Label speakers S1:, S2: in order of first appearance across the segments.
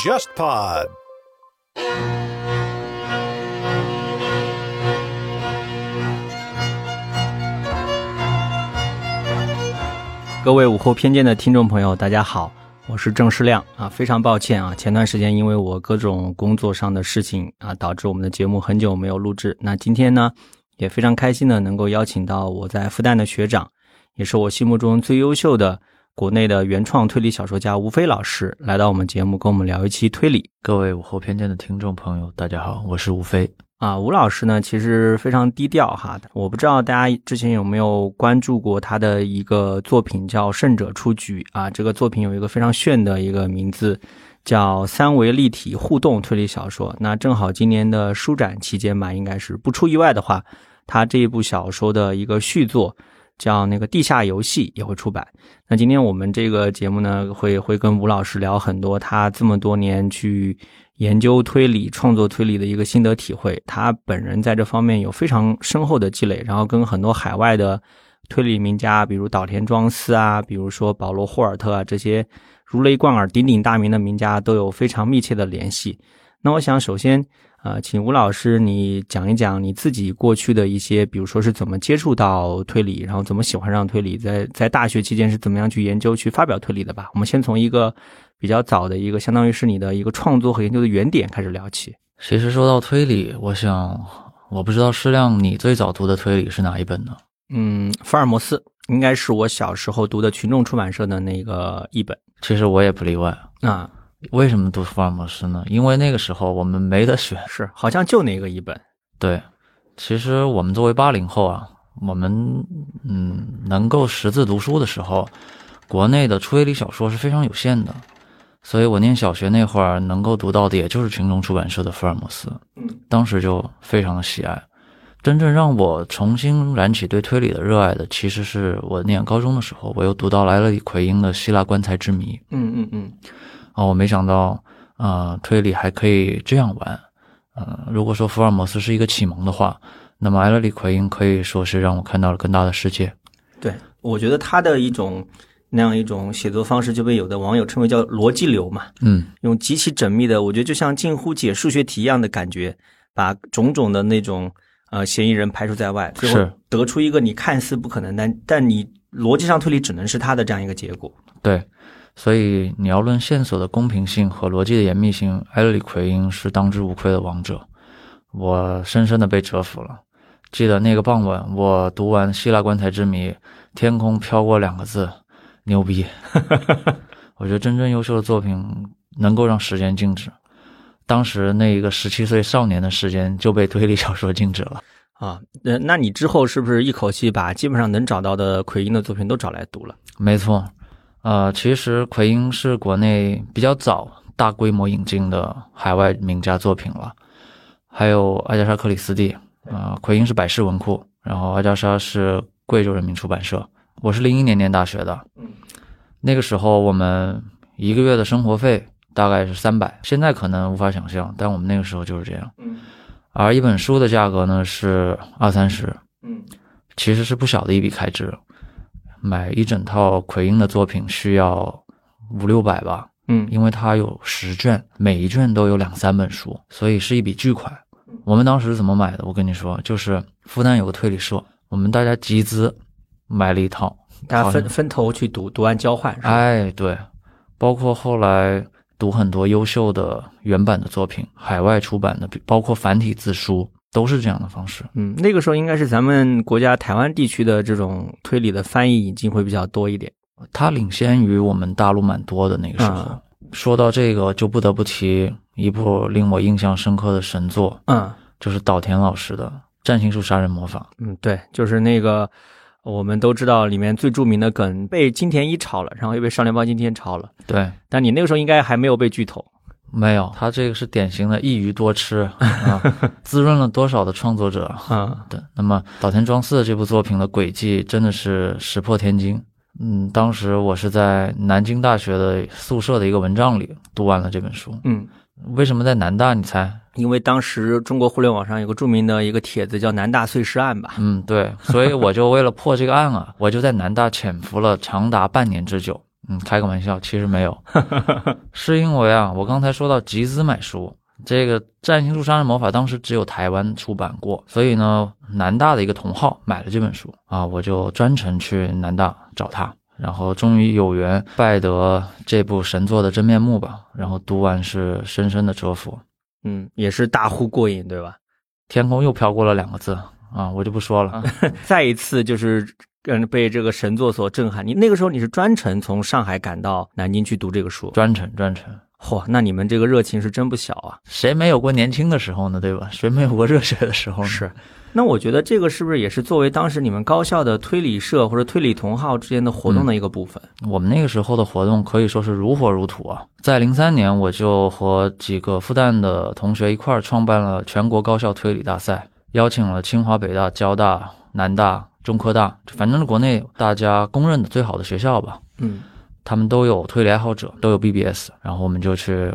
S1: JustPod。
S2: 各位午后偏见的听众朋友，大家好，我是郑世亮啊，非常抱歉啊，前段时间因为我各种工作上的事情啊，导致我们的节目很久没有录制。那今天呢，也非常开心的能够邀请到我在复旦的学长，也是我心目中最优秀的国内的原创推理小说家吴飞老师来到我们节目，跟我们聊一期推理。
S3: 各位午后偏见的听众朋友，大家好，我是吴飞。
S2: 啊，吴老师呢，其实非常低调哈。我不知道大家之前有没有关注过他的一个作品，叫《胜者出局》啊。这个作品有一个非常炫的一个名字，叫《三维立体互动推理小说》。那正好今年的书展期间吧，应该是不出意外的话，他这一部小说的一个续作叫那个《地下游戏》也会出版。那今天我们这个节目呢，会会跟吴老师聊很多他这么多年去。研究推理、创作推理的一个心得体会，他本人在这方面有非常深厚的积累，然后跟很多海外的推理名家，比如岛田庄司啊，比如说保罗·霍尔特啊，这些如雷贯耳、鼎鼎大名的名家都有非常密切的联系。那我想，首先，呃，请吴老师你讲一讲你自己过去的一些，比如说是怎么接触到推理，然后怎么喜欢上推理，在在大学期间是怎么样去研究、去发表推理的吧。我们先从一个。比较早的一个，相当于是你的一个创作和研究的原点开始聊起。
S3: 其实说到推理，我想我不知道适量你最早读的推理是哪一本呢？
S2: 嗯，福尔摩斯应该是我小时候读的群众出版社的那个译本。
S3: 其实我也不例外
S2: 啊。
S3: 为什么读福尔摩斯呢？因为那个时候我们没得选，
S2: 是好像就那个译本。
S3: 对，其实我们作为八零后啊，我们嗯能够识字读书的时候，国内的推理小说是非常有限的。所以我念小学那会儿能够读到的，也就是群众出版社的福尔摩斯，当时就非常的喜爱。真正让我重新燃起对推理的热爱的，其实是我念高中的时候，我又读到莱勒里·奎因的《希腊棺材之谜》。
S2: 嗯嗯嗯。
S3: 啊，我没想到，呃，推理还可以这样玩。呃，如果说福尔摩斯是一个启蒙的话，那么莱勒里·奎因可以说是让我看到了更大的世界。
S2: 对，我觉得他的一种。那样一种写作方式就被有的网友称为叫逻辑流嘛，
S3: 嗯，
S2: 用极其缜密的，我觉得就像近乎解数学题一样的感觉，把种种的那种呃嫌疑人排除在外，最后
S3: 是
S2: 得出一个你看似不可能，但但你逻辑上推理只能是他的这样一个结果。
S3: 对，所以你要论线索的公平性和逻辑的严密性，埃勒里·奎因是当之无愧的王者。我深深的被折服了。记得那个傍晚，我读完《希腊棺材之谜》，天空飘过两个字：牛逼。 我觉得真正优秀的作品能够让时间静止。当时那一个十七岁少年的时间就被推理小说 静止了。
S2: 啊，那那你之后是不是一口气把基本上能找到的奎因的作品都找来读了？
S3: 没错，呃，其实奎因是国内比较早大规模引进的海外名家作品了，还有阿加莎·克里斯蒂，呃，奎因是百事文库，然后阿加莎是贵州人民出版社。我是零一年念大学的，
S2: 嗯
S3: 那个时候我们一个月的生活费大概是三百，现在可能无法想象，但我们那个时候就是这样。
S2: 嗯
S3: 而一本书的价格呢是二三十，
S2: 嗯
S3: 其实是不小的一笔开支。买一整套奎因的作品需要五六百吧，
S2: 嗯
S3: 因为它有十卷，每一卷都有两三本书，所以是一笔巨款。我们当时是怎么买的？我跟你说，就是复旦有个推理社，我们大家集资买了一套。
S2: 大家
S3: 好像
S2: 分分头去读，读完交换是吧？
S3: 哎，对，包括后来读很多优秀的原版的作品，海外出版的，包括繁体字书，都是这样的方式。
S2: 嗯，那个时候应该是咱们国家台湾地区的这种推理的翻译引进会比较多一点。
S3: 它领先于我们大陆蛮多的那个时候。
S2: 嗯
S3: 说到这个，就不得不提一部令我印象深刻的神作，
S2: 嗯
S3: 就是岛田老师的《占星术杀人魔法
S2: 嗯，对，就是那个我们都知道里面最著名的梗被金田一抄了，然后又被少年包金天抄了。》。
S3: 对，
S2: 但你那个时候应该还没有被剧透。
S3: 没有，他这个是典型的一鱼多 吃啊，滋润了多少的创作者。
S2: 嗯
S3: 对，那么岛田庄司的这部作品的轨迹真的是石破天惊。嗯，当时我是在南京大学的宿舍的一个蚊帐里读完了这本书。
S2: 嗯，
S3: 为什么在南大？你猜？
S2: 因为当时中国互联网上有个著名的一个帖子叫“南大碎尸案”吧。
S3: 嗯，对，所以我就为了破这个案啊，我就在南大潜伏了长达半年之久。嗯，开个玩笑，其实没有，是因为啊，我刚才说到集资买书，这个《占星术杀人魔法》当时只有台湾出版过，所以呢，南大的一个同好买了这本书啊，我就专程去南大找他，然后终于有缘拜得这部神作的真面目吧，然后读完是深深的折服，
S2: 嗯，也是大呼过瘾，对吧？
S3: 天空又飘过了两个字啊，我就不说了。
S2: 再一次就是嗯被这个神作所震撼。你那个时候你是专程从上海赶到南京去读这个书，
S3: 专程专程，
S2: 嚯、那你们这个热情是真不小啊！
S3: 谁没有过年轻的时候呢？对吧？谁没有过热血的时候呢？
S2: 是，那我觉得这个是不是也是作为当时你们高校的推理社或者推理同好之间的活动
S3: 嗯
S2: 的一个部分？
S3: 我们那个时候的活动可以说是如火如荼啊。在零三年，我就和几个复旦的同学一块儿创办了全国高校推理大赛，邀请了清华、北大、交大、南大、中科大，反正是国内大家公认的最好的学校吧。
S2: 嗯
S3: 他们都有推理爱好者，都有 BBS，然后我们就去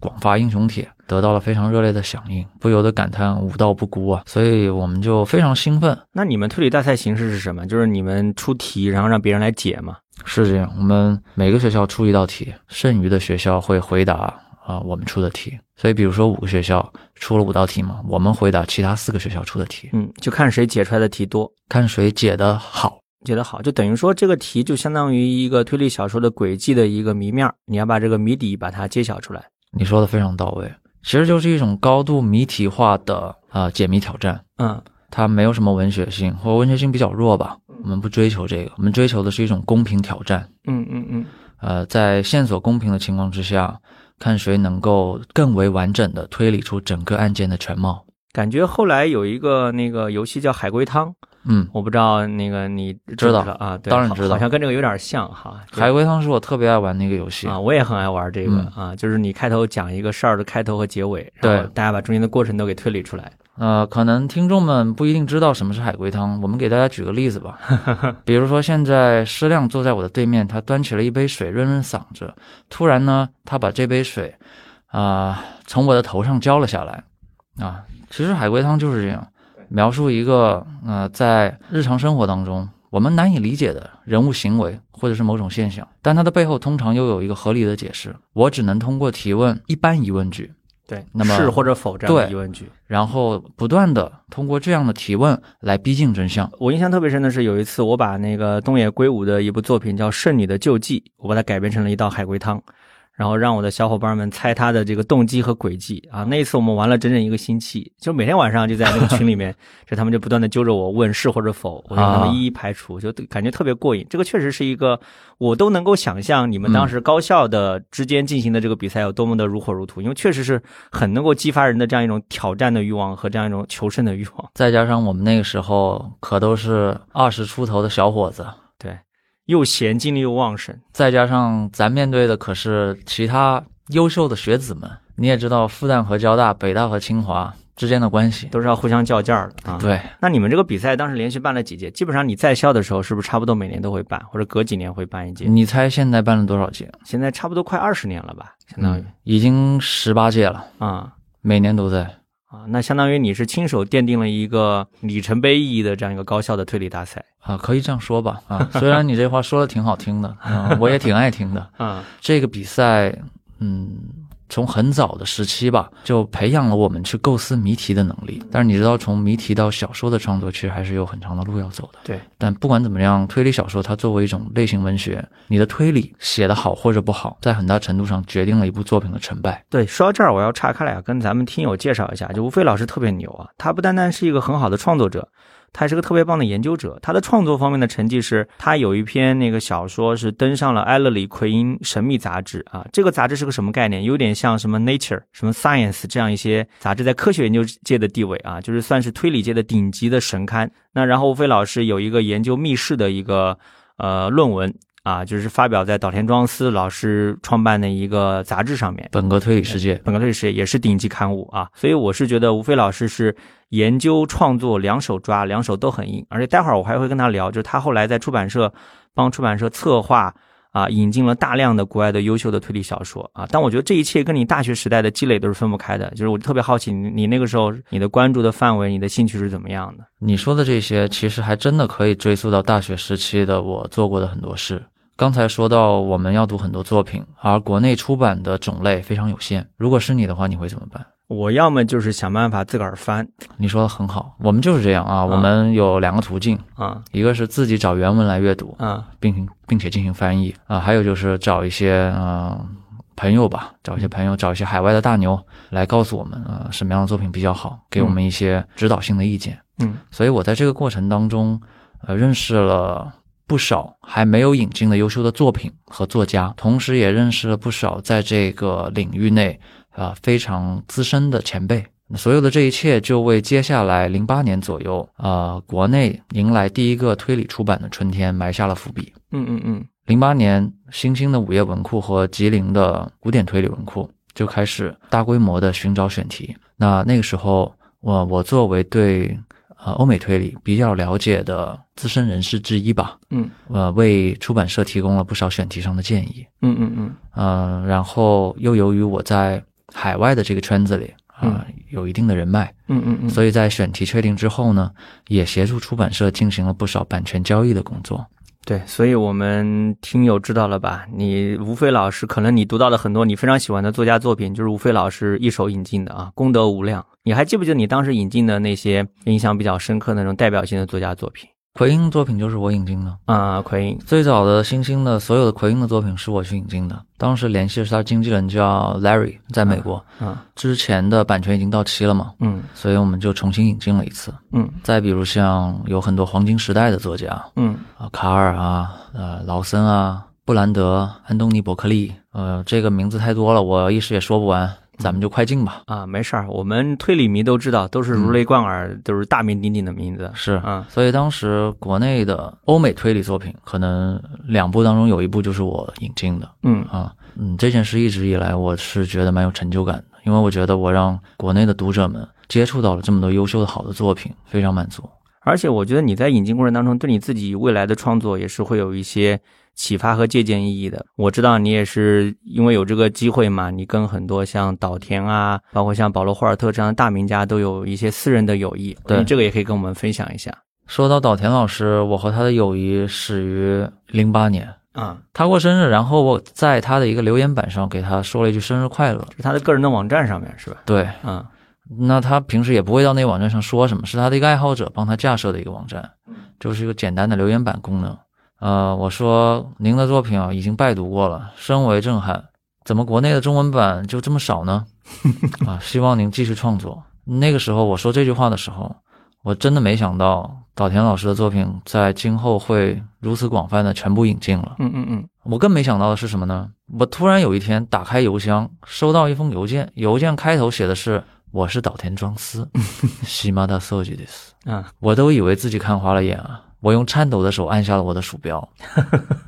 S3: 广发英雄帖，得到了非常热烈的响应，不由得感叹无道不孤啊！所以我们就非常兴奋，
S2: 那你们推理大赛形式是什么？就是你们出题，然后让别人来解嘛？
S3: 是这样，我们每个学校出一道题，剩余的学校会回答啊、我们出的题。所以，比如说五个学校出了五道题嘛，我们回答其他四个学校出的题，
S2: 嗯，就看谁解出来的题多。
S3: 看谁解的好。
S2: 解得好，就等于说这个题就相当于一个推理小说的轨迹的一个谜面儿，你要把这个谜底把它揭晓出来。
S3: 你说的非常到位，其实就是一种高度谜题化的啊、解谜挑战，
S2: 嗯，
S3: 它没有什么文学性，或者文学性比较弱吧。我们不追求这个，我们追求的是一种公平挑战。
S2: 嗯嗯嗯，
S3: 呃，在线索公平的情况之下，看谁能够更为完整的推理出整个案件的全貌。
S2: 感觉后来有一个那个游戏叫海龟汤，
S3: 嗯，
S2: 我不知道那个你
S3: 知道
S2: 不啊？对，
S3: 当然
S2: 好
S3: 知道
S2: 好像跟这个有点像哈。
S3: 海龟汤是我特别爱玩的一个游戏。
S2: 啊，我也很爱玩这个、
S3: 嗯
S2: 啊，就是你开头讲一个事儿的开头和结尾，然后
S3: 对
S2: 大家把中间的过程都给推理出来。
S3: 呃，可能听众们不一定知道什么是海龟汤，我们给大家举个例子吧。比如说，现在诗亮坐在我的对面，他端起了一杯水润润嗓子，突然呢，他把这杯水啊、从我的头上浇了下来。啊，其实海龟汤就是这样，描述一个呃，在日常生活当中我们难以理解的人物行为或者是某种现象，但它的背后通常又有一个合理的解释。我只能通过提问，一般疑问句，
S2: 对，
S3: 那么
S2: 是或者否这样的
S3: 对
S2: 疑问句。
S3: 然后不断的通过这样的提问来逼近真相。
S2: 我印象特别深的是，有一次我把那个东野圭吾的一部作品叫《圣女的救济》，我把它改编成了一道海龟汤，然后让我的小伙伴们猜他的这个动机和轨迹啊。那一次我们玩了整整一个星期，就每天晚上就在那个群里面，就他们就不断的揪着我问是或者否，我就让他们一一排除，就感觉特别过瘾。这个确实是一个我都能够想象你们当时高校的之间进行的这个比赛有多么的如火如荼，因为确实是很能够激发人的这样一种挑战的欲望和这样一种求胜的欲望。
S3: 再加上我们那个时候可都是二十出头的小伙子，
S2: 对，又闲精力又旺盛。
S3: 再加上咱面对的可是其他优秀的学子们。你也知道，复旦和交大、北大和清华之间的关系。
S2: 都是要互相较劲儿的啊。，
S3: 对，
S2: 那你们这个比赛当时连续办了几届？基本上你在校的时候，是不是差不多每年都会办，或者隔几年会办一届？
S3: 你猜现在办了多少届？
S2: 现在差不多快二十年了吧，相当于
S3: 嗯，已经十八届了，
S2: 啊、
S3: 每年都在。
S2: 啊，那相当于你是亲手奠定了一个里程碑意义的这样一个高校的推理大赛
S3: 啊，可以这样说吧啊，虽然你这话说的挺好听的，啊，我也挺爱听的，
S2: 啊。
S3: 这个比赛，嗯，从很早的时期吧，就培养了我们去构思谜题的能力。但是你知道，从谜题到小说的创作，其实还是有很长的路要走的。
S2: 对，
S3: 但不管怎么样，推理小说它作为一种类型文学，你的推理写得好或者不好，在很大程度上决定了一部作品的成败。
S2: 对，说到这儿，我要岔开来，啊跟咱们听友介绍一下，就吴飞老师特别牛啊，他不单单是一个很好的创作者，他还是个特别棒的研究者。他的创作方面的成绩是，他有一篇那个小说是登上了埃勒里奎因神秘杂志啊，这个杂志是个什么概念？有点像什么 Nature、什么 Science 这样一些杂志在科学研究界的地位啊，就是算是推理界的顶级的神刊。那然后吴飞老师有一个研究密室的一个呃论文。啊，就是发表在岛田庄司老师创办的一个杂志上面，
S3: 本格推理世界，
S2: 本科律师也是顶级刊物啊，所以我是觉得吴飞老师是研究创作两手抓，两手都很硬。而且待会儿我还会跟他聊，就是他后来在出版社帮出版社策划啊，引进了大量的国外的优秀的推理小说啊。但我觉得这一切跟你大学时代的积累都是分不开的。就是我特别好奇你，你那个时候你的关注的范围、你的兴趣是怎么样的？
S3: 你说的这些，其实还真的可以追溯到大学时期的我做过的很多事。刚才说到我们要读很多作品，而国内出版的种类非常有限。如果是你的话，你会怎么办？
S2: 我要么就是想办法自个儿翻
S3: 你说的很好，我们就是这样啊。我们有两个途径，
S2: 啊
S3: 一个是自己找原文来阅读，
S2: 啊
S3: 并行并且进行翻译啊、还有就是找一些嗯、呃朋友吧，找一些朋友，找一些海外的大牛来告诉我们啊、呃什么样的作品比较好，给我们一些指导性的意见。
S2: 嗯
S3: 所以我在这个过程当中，呃，认识了不少还没有引进的优秀的作品和作家，同时也认识了不少在这个领域内啊、呃非常资深的前辈。所有的这一切，就为接下来零八年左右，呃，国内迎来第一个推理出版的春天埋下了伏笔。
S2: 嗯嗯嗯
S3: 零八年，新兴的午夜文库和吉林的古典推理文库就开始大规模的寻找选题。那那个时候，我我作为对呃欧美推理比较了解的资深人士之一吧，
S2: 嗯
S3: 呃，为出版社提供了不少选题上的建议。
S2: 嗯嗯嗯
S3: 嗯、然后又由于我在海外的这个圈子里啊、
S2: 嗯
S3: 有一定的人脉，
S2: 嗯嗯嗯，
S3: 所以在选题确定之后呢，也协助出版社进行了不少版权交易的工作。
S2: 对，所以我们听友知道了吧？你吴非老师，可能你读到了很多你非常喜欢的作家作品，就是吴非老师一手引进的啊，功德无量。你还记不记得你当时引进的那些印象比较深刻的那种代表性的作家作品
S3: 奎因作品就是我引进的。
S2: 啊？奎因，
S3: 最早的星星的所有的奎因的作品是我去引进的，当时联系的是他经纪人叫 Larry，在美国。
S2: 啊，
S3: 之前的版权已经到期了嘛，
S2: 嗯
S3: 所以我们就重新引进了一次。
S2: 嗯
S3: 再比如像有很多黄金时代的作家
S2: 嗯
S3: 啊，卡尔啊，呃，劳森啊，布兰德、安东尼·伯克利，呃，这个名字太多了，我一时也说不完，咱们就快进吧。
S2: 啊，没事儿，我们推理迷都知道，都是如雷贯耳，都是大名鼎鼎的名字。
S3: 是
S2: 啊，
S3: 所以当时国内的欧美推理作品，可能两部当中有一部就是我引进的。
S2: 嗯
S3: 啊，嗯，这件事一直以来我是觉得蛮有成就感的，因为我觉得我让国内的读者们接触到了这么多优秀的好的作品，非常满足。
S2: 而且我觉得你在引进过程当中，对你自己未来的创作也是会有一些启发和借鉴意义的。我知道你也是因为有这个机会嘛，你跟很多像岛田啊，包括像保罗·霍尔特这样的大名家都有一些私人的友谊。
S3: 对
S2: 你这个也可以跟我们分享一下
S3: 说到岛田老师，我和他的友谊始于零八年，
S2: 啊，
S3: 他过生日，然后我在他的一个留言板上给他说了一句生日快乐。
S2: 就是他的个人的网站上面是吧？
S3: 对，
S2: 啊，
S3: 那他平时也不会到那个网站上说什么，是他的一个爱好者帮他架设的一个网站，就是一个简单的留言板功能。呃，我说您的作品啊已经拜读过了，深为震撼，怎么国内的中文版就这么少呢？ 啊，希望您继续创作。那个时候我说这句话的时候，我真的没想到岛田老师的作品在今后会如此广泛的全部引进了。
S2: 嗯嗯嗯
S3: 我更没想到的是什么呢？我突然有一天打开邮箱，收到一封邮件，邮件开头写的是“我是岛田庄司西马达设计的斯
S2: 啊”，
S3: 我都以为自己看花了眼啊！我用颤抖的手按下了我的鼠标，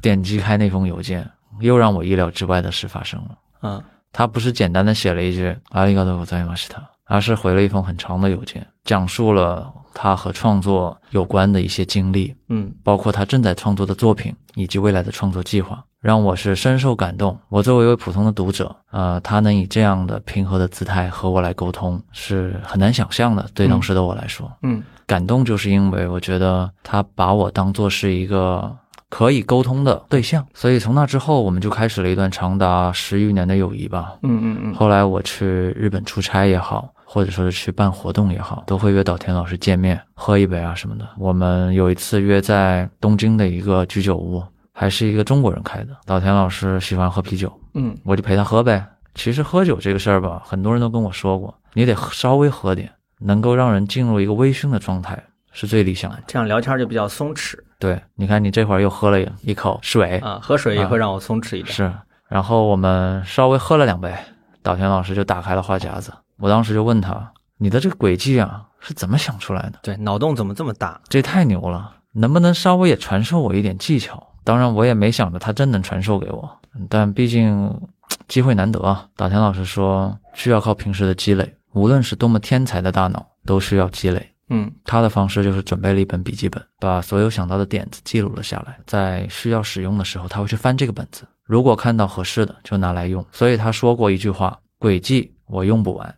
S3: 点击开那封邮件，又让我意料之外的事发生了。
S2: 啊
S3: 他不是简单的写了一句“阿里嘎多ございました”，而是回了一封很长的邮件，讲述了他和创作有关的一些经历。
S2: 嗯
S3: 包括他正在创作的作品以及未来的创作计划，让我是深受感动。我作为一位普通的读者，呃，他能以这样的平和的姿态和我来沟通，是很难想象的。对当时的我来说，
S2: 嗯
S3: 感动就是因为我觉得他把我当做是一个可以沟通的对象，所以从那之后，我们就开始了一段长达十余年的友谊吧。
S2: 嗯嗯嗯，
S3: 后来我去日本出差也好，或者说是去办活动也好，都会约岛田老师见面，喝一杯啊什么的。我们有一次约在东京的一个居酒屋，还是一个中国人开的。岛田老师喜欢喝啤酒，
S2: 嗯
S3: 我就陪他喝呗。其实喝酒这个事儿吧，很多人都跟我说过，你得喝稍微喝点，能够让人进入一个微醺的状态，是最理想的。
S2: 这样聊天就比较松弛
S3: 对，你看你这会儿又喝了一口水，
S2: 啊，喝水也
S3: 啊
S2: 会让我松弛一点。
S3: 是，然后我们稍微喝了两杯，岛田老师就打开了话匣子。我当时就问他：“你的这个轨迹啊，是怎么想出来的？
S2: 对，脑洞怎么这么大？
S3: 这也太牛了！能不能稍微也传授我一点技巧？”当然，我也没想着他真能传授给我，但毕竟机会难得啊。岛田老师说，需要靠平时的积累，无论是多么天才的大脑，都需要积累。
S2: 嗯
S3: 他的方式就是准备了一本笔记本，把所有想到的点子记录了下来，在需要使用的时候，他会去翻这个本子，如果看到合适的就拿来用。所以他说过一句话：“轨迹我用不完，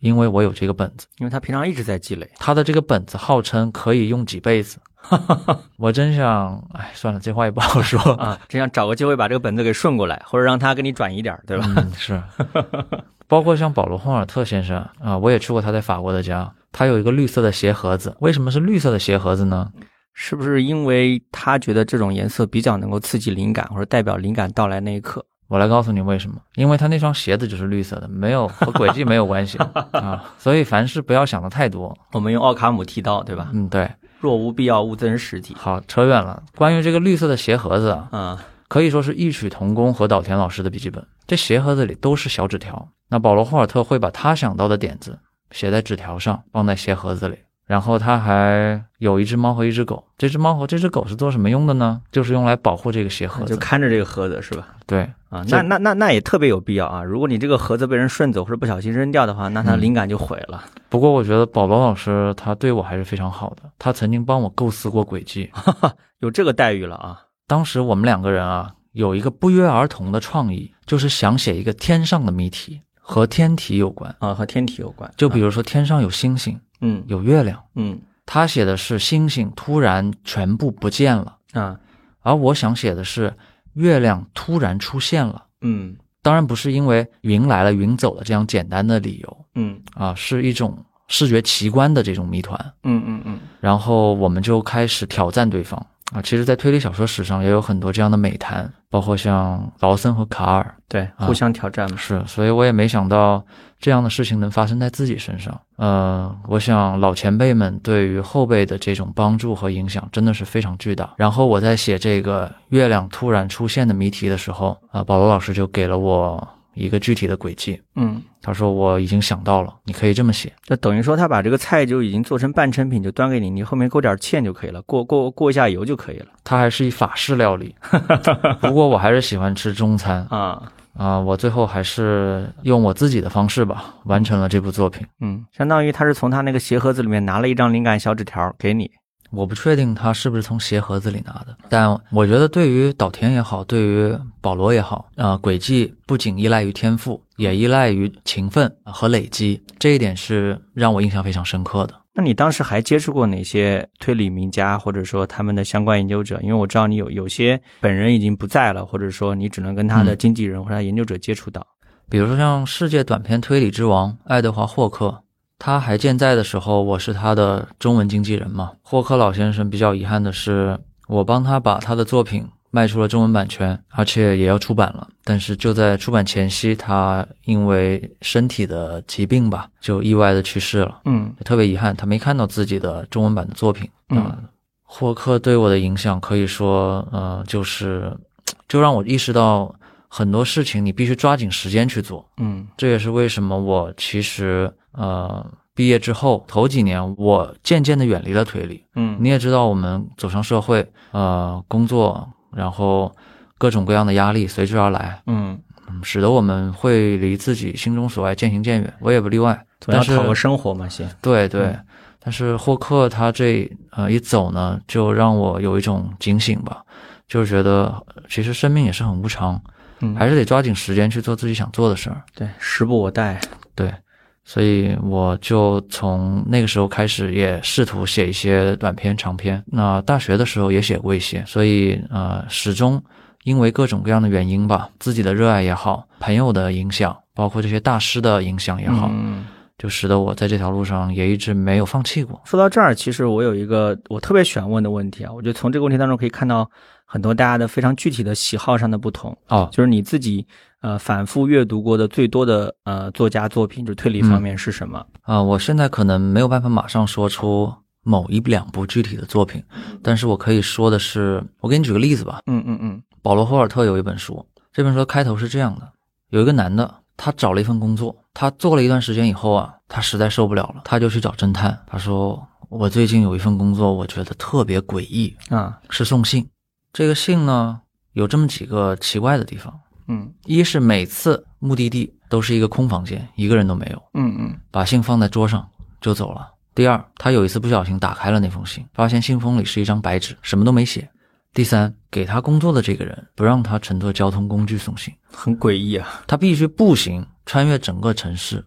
S3: 因为我有这个本子。
S2: 因为他平常一直在积累。”
S3: 他的这个本子号称可以用几辈子， 我真想，哎，算了，这话也不好说。
S2: 啊，只想找个机会把这个本子给顺过来，或者让他给你转移点儿，对吧？
S3: 嗯，是。包括像保罗·霍尔特先生啊、我也去过他在法国的家，他有一个绿色的鞋盒子。为什么是绿色的鞋盒子呢？
S2: 是不是因为他觉得这种颜色比较能够刺激灵感，或者代表灵感到来那一刻？
S3: 我来告诉你为什么，因为他那双鞋子就是绿色的，没有和轨迹没有关系 啊。所以凡事不要想的太多。
S2: 我们用奥卡姆剃刀，对吧？
S3: 嗯，对。
S2: 若无必要，勿增实体。
S3: 好，扯远了。关于这个绿色的鞋盒子啊，
S2: 啊，
S3: 可以说是异曲同工和岛田老师的笔记本。这鞋盒子里都是小纸条。那保罗·霍尔特会把他想到的点子写在纸条上，放在鞋盒子里。然后他还有一只猫和一只狗。这只猫和这只狗是做什么用的呢？就是用来保护这个鞋盒
S2: 就
S3: 子。
S2: 看着这个盒子是吧？
S3: 对，
S2: 啊，
S3: 这
S2: 那那那那也特别有必要啊！如果你这个盒子被人顺走或者不小心扔掉的话，那他的
S3: 嗯
S2: 灵感就毁了。
S3: 不过我觉得保罗老师他对我还是非常好的。他曾经帮我构思过轨迹。
S2: 有这个待遇了啊！
S3: 当时我们两个人啊，有一个不约而同的创意，就是想写一个天上的谜题，和天体有关。
S2: 啊，和天体有关。
S3: 就比
S2: 啊
S3: 如说天上有星星，
S2: 嗯
S3: 有月亮。
S2: 嗯
S3: 他写的是星星突然全部不见了，
S2: 啊
S3: 而我想写的是月亮突然出现了。
S2: 嗯
S3: 当然不是因为云来了云走了这样简单的理由
S2: 嗯
S3: 啊，是一种视觉奇观的这种谜团。
S2: 嗯嗯嗯
S3: 然后我们就开始挑战对方啊。其实，在推理小说史上也有很多这样的美谈，包括像劳森和卡尔，
S2: 对，互相挑战嘛。
S3: 是，所以我也没想到这样的事情能发生在自己身上。呃，我想老前辈们对于后辈的这种帮助和影响真的是非常巨大。然后我在写这个月亮突然出现的谜题的时候，啊、保罗老师就给了我一个具体的轨迹，
S2: 嗯，
S3: 他说我已经想到了，你可以这么写。
S2: 就等于说他把这个菜就已经做成半成品，就端给你，你后面勾点芡就可以了，过过过一下油就可以了
S3: 它还是一法式料理， 不过我还是喜欢吃中餐啊、
S2: 啊。
S3: 我最后还是用我自己的方式吧，完成了这部作品。
S2: 嗯，相当于他是从他那个鞋盒子里面拿了一张灵感小纸条给你。
S3: 我不确定他是不是从鞋盒子里拿的，但我觉得对于岛田也好，对于保罗也好，啊、轨迹不仅依赖于天赋，也依赖于勤奋和累积，这一点是让我印象非常深刻的。
S2: 那你当时还接触过哪些推理名家，或者说他们的相关研究者？因为我知道你有有些本人已经不在了，或者说你只能跟他的
S3: 嗯
S2: 经纪人或者他研究者接触到。
S3: 比如说像世界短篇推理之王爱德华·霍克，他还健在的时候，我是他的中文经纪人嘛。霍克老先生比较遗憾的是，我帮他把他的作品卖出了中文版权，而且也要出版了。但是就在出版前夕，他因为身体的疾病吧，就意外的去世了，
S2: 嗯
S3: 特别遗憾，他没看到自己的中文版的作品。
S2: 嗯
S3: 啊霍克对我的影响可以说，呃，就是就让我意识到很多事情你必须抓紧时间去做。
S2: 嗯
S3: 这也是为什么我其实呃毕业之后头几年，我渐渐的远离了推理。
S2: 嗯，
S3: 你也知道，我们走上社会，呃，工作，然后各种各样的压力随之而来，
S2: 嗯，
S3: 嗯使得我们会离自己心中所爱渐行渐远。我也不例外。
S2: 总要
S3: 但是
S2: 讨个生活嘛，先。
S3: 对对。
S2: 嗯
S3: 但是霍克他这呃一走呢，就让我有一种警醒吧，就是觉得呃其实生命也是很无常，
S2: 嗯，
S3: 还是得抓紧时间去做自己想做的事儿。
S2: 对，时不我待。
S3: 对，所以我就从那个时候开始，也试图写一些短篇、长篇。那大学的时候也写过一些，所以呃，始终因为各种各样的原因吧，自己的热爱也好，朋友的影响，包括这些大师的影响也好，
S2: 嗯，
S3: 就使得我在这条路上也一直没有放弃过。
S2: 说到这儿，其实我有一个我特别喜欢问的问题啊，我觉得从这个问题当中可以看到很多大家的非常具体的喜好上的不同。
S3: 哦，
S2: 就是你自己呃反复阅读过的最多的呃作家作品，就是推理方面是什么？
S3: 啊、我现在可能没有办法马上说出某一两部具体的作品，但是我可以说的是，我给你举个例子吧。
S2: 嗯嗯嗯
S3: 保罗·霍尔特有一本书，这本书的开头是这样的：有一个男的，他找了一份工作，他做了一段时间以后啊，他实在受不了了，他就去找侦探。他说：“我最近有一份工作，我觉得特别诡异，
S2: 啊
S3: 是送信。这个信呢，有这么几个奇怪的地方：
S2: 嗯
S3: 一是每次目的地都是一个空房间，一个人都没有，
S2: 嗯嗯
S3: 把信放在桌上就走了。第二，他有一次不小心打开了那封信，发现信封里是一张白纸，什么都没写。第三，给他工作的这个人不让他乘坐交通工具送信，
S2: 很诡异啊。
S3: 他必须步行穿越整个城市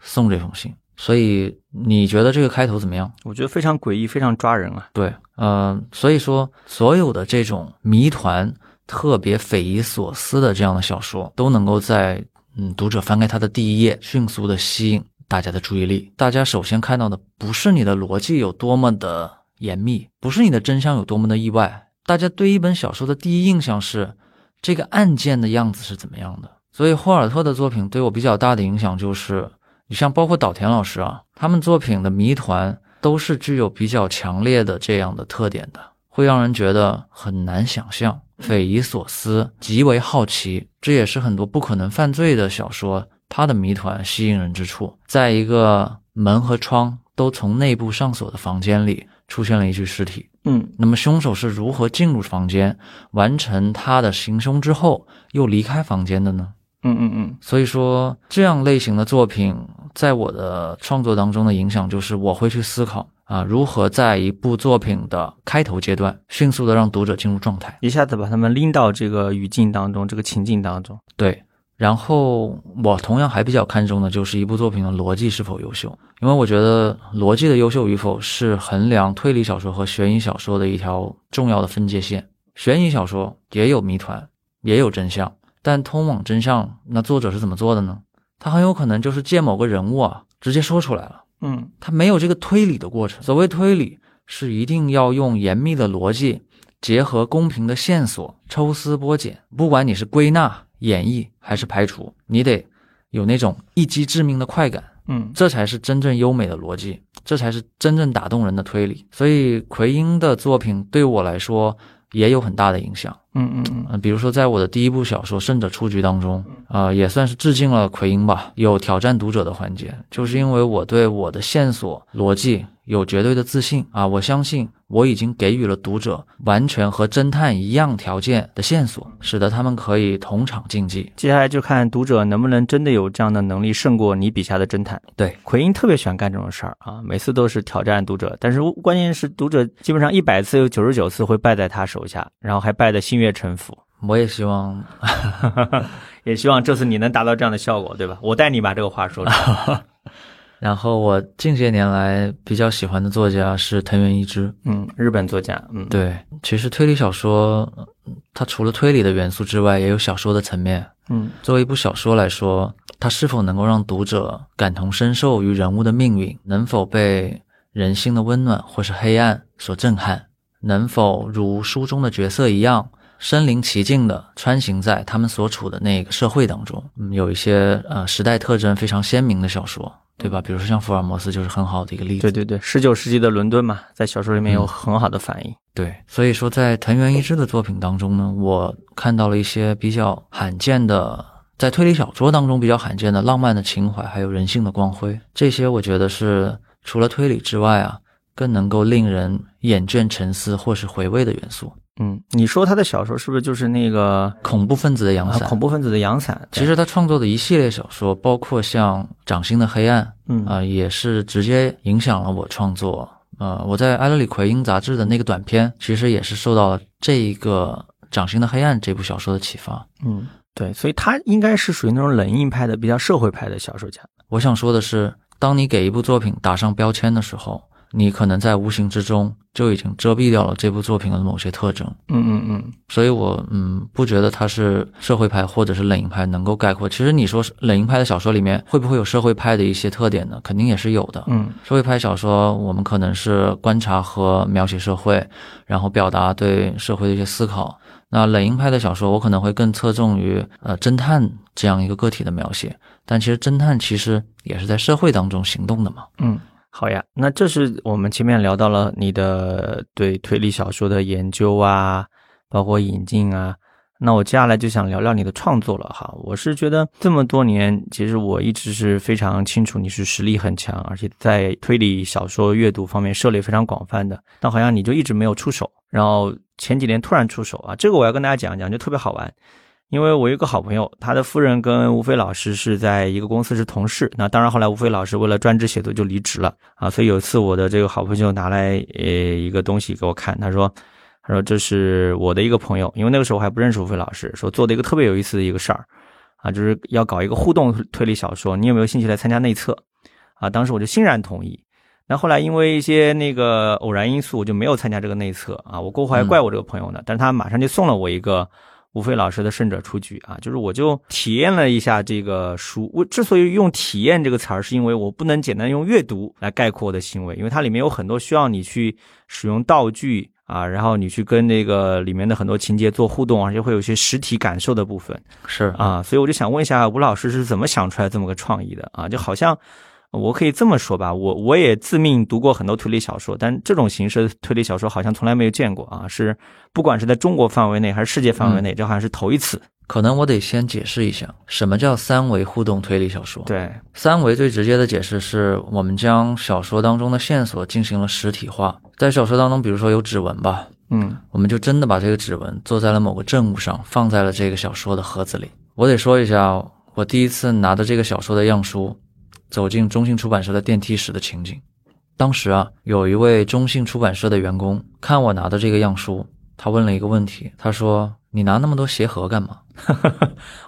S3: 送这封信。所以你觉得这个开头怎么样？
S2: 我觉得非常诡异，非常抓人啊。
S3: 对，呃，所以说所有的这种谜团特别匪夷所思的这样的小说，都能够在嗯读者翻开它的第一页，迅速的吸引大家的注意力。大家首先看到的不是你的逻辑有多么的严密，不是你的真相有多么的意外，大家对一本小说的第一印象是这个案件的样子是怎么样的。所以霍尔特的作品对我比较大的影响就是，你像包括岛田老师啊，他们作品的谜团都是具有比较强烈的这样的特点的，会让人觉得很难想象、匪夷所思、极为好奇。这也是很多不可能犯罪的小说它的谜团吸引人之处。在一个门和窗都从内部上锁的房间里，出现了一具尸体。
S2: 嗯，
S3: 那么凶手是如何进入房间，完成他的行凶之后又离开房间的呢？
S2: 嗯嗯嗯，
S3: 所以说，这样类型的作品在我的创作当中的影响，就是我会去思考啊，如何在一部作品的开头阶段，迅速的让读者进入状态。
S2: 一下子把他们拎到这个语境当中，这个情境当中。
S3: 对，然后我同样还比较看重的就是一部作品的逻辑是否优秀，因为我觉得逻辑的优秀与否是衡量推理小说和悬疑小说的一条重要的分界线。悬疑小说也有谜团，也有真相，但通往真相，那作者是怎么做的呢？他很有可能就是借某个人物啊，直接说出来了。
S2: 嗯
S3: 它没有这个推理的过程。所谓推理，是一定要用严密的逻辑，结合公平的线索，抽丝剥茧。不管你是归纳、演绎还是排除，你得有那种一击致命的快感，
S2: 嗯
S3: 这才是真正优美的逻辑，这才是真正打动人的推理。所以，奎因的作品对我来说也有很大的影响。
S2: 嗯嗯嗯
S3: 嗯、比如说在我的第一部小说《胜者出局》当中，呃，也算是致敬了奎因吧，有挑战读者的环节，就是因为我对我的线索逻辑有绝对的自信啊，我相信我已经给予了读者完全和侦探一样条件的线索，使得他们可以同场竞技。
S2: 接下来就看读者能不能真的有这样的能力胜过你笔下的侦探。
S3: 对，
S2: 奎因特别喜欢干这种事儿啊，每次都是挑战读者，但是关键是读者基本上一百次有九十九次会败在他手下，然后还败得心悦诚 服。
S3: 我也希望
S2: 也希望这次你能达到这样的效果，对吧？我带你把这个话说出来。
S3: 然后我近些年来比较喜欢的作家是藤原一之，
S2: 嗯，日本作家，嗯，，
S3: 对，其实推理小说，呃它除了推理的元素之外，也有小说的层面。
S2: 嗯
S3: 作为一部小说来说，它是否能够让读者感同身受于人物的命运，能否被人性的温暖或是黑暗所震撼，能否如书中的角色一样，身临其境地穿行在他们所处的那个社会当中？嗯，有一些呃时代特征非常鲜明的小说，对吧？比如说像福尔摩斯就是很好的一个例子。
S2: 对对对，十九世纪的伦敦嘛，在小说里面有很好的反应。
S3: 对，所以说在藤原一之的作品当中呢，我看到了一些比较罕见的，在推理小说当中比较罕见的浪漫的情怀，还有人性的光辉，这些我觉得是除了推理之外啊，更能够令人眼倦沉思或是回味的元素。
S2: 嗯，你说他的小说是不是就是那个
S3: 恐怖分子的阳
S2: 啊
S3: 伞，
S2: 恐怖分子的阳伞？
S3: 其实他创作的一系列小说，包括像《掌心的黑暗》
S2: 嗯
S3: 啊、也是直接影响了我创作。呃，我在埃勒里奎因杂志的那个短片，其实也是受到了这一个《掌心的黑暗》这部小说的启发。
S2: 嗯，对，所以他应该是属于那种冷硬派的、比较社会派的小说家。
S3: 我想说的是，当你给一部作品打上标签的时候，你可能在无形之中就已经遮蔽掉了这部作品的某些特征。
S2: 嗯嗯嗯，
S3: 所以我嗯不觉得他是社会派或者是冷硬派能够概括。其实你说是冷硬派的小说里面会不会有社会派的一些特点呢？肯定也是有的。
S2: 嗯，
S3: 社会派小说我们可能是观察和描写社会，然后表达对社会的一些思考。那冷硬派的小说，我可能会更侧重于呃侦探这样一个个体的描写，但其实侦探其实也是在社会当中行动的嘛。
S2: 嗯，好呀，那这是我们前面聊到了你的对推理小说的研究啊，包括引进啊。那我接下来就想聊聊你的创作了哈。我是觉得这么多年，其实我一直是非常清楚你是实力很强，而且在推理小说阅读方面涉猎非常广泛的，但好像你就一直没有出手。然后前几年突然出手啊，这个我要跟大家讲一讲，就特别好玩。因为我有一个好朋友，他的夫人跟吴飞老师是在一个公司是同事。那当然，后来吴飞老师为了专职写作就离职了啊。所以有一次，我的这个好朋友拿来呃一个东西给我看，他说：“他说这是我的一个朋友，因为那个时候我还不认识吴飞老师，说做的一个特别有意思的一个事儿啊，就是要搞一个互动推理小说，你有没有兴趣来参加内测？”啊，当时我就欣然同意。那后来因为一些那个偶然因素，我就没有参加这个内测啊。我过后还怪我这个朋友呢，但是他马上就送了我一个吴飞老师的《胜者出局》啊，就是我就体验了一下这个书。我之所以用“体验”这个词儿，是因为我不能简单用阅读来概括我的行为，因为它里面有很多需要你去使用道具啊，然后你去跟那个里面的很多情节做互动，而且会有一些实体感受的部分。
S3: 是，
S2: 啊，所以我就想问一下吴老师是怎么想出来这么个创意的啊？就好像呃我可以这么说吧，我我也自命读过很多推理小说，但这种形式的推理小说好像从来没有见过啊，是不管是在中国范围内还是世界范围内，这好像是头一次。
S3: 可能我得先解释一下什么叫三维互动推理小说。
S2: 对，
S3: 三维最直接的解释是我们将小说当中的线索进行了实体化，在小说当中，比如说有指纹吧，
S2: 嗯
S3: 我们就真的把这个指纹做在了某个证物上，放在了这个小说的盒子里。我得说一下，我第一次拿着这个小说的样书，走进中信出版社的电梯时的情景。当时啊，有一位中信出版社的员工看我拿的这个样书，他问了一个问题，他说：“你拿那么多鞋盒干嘛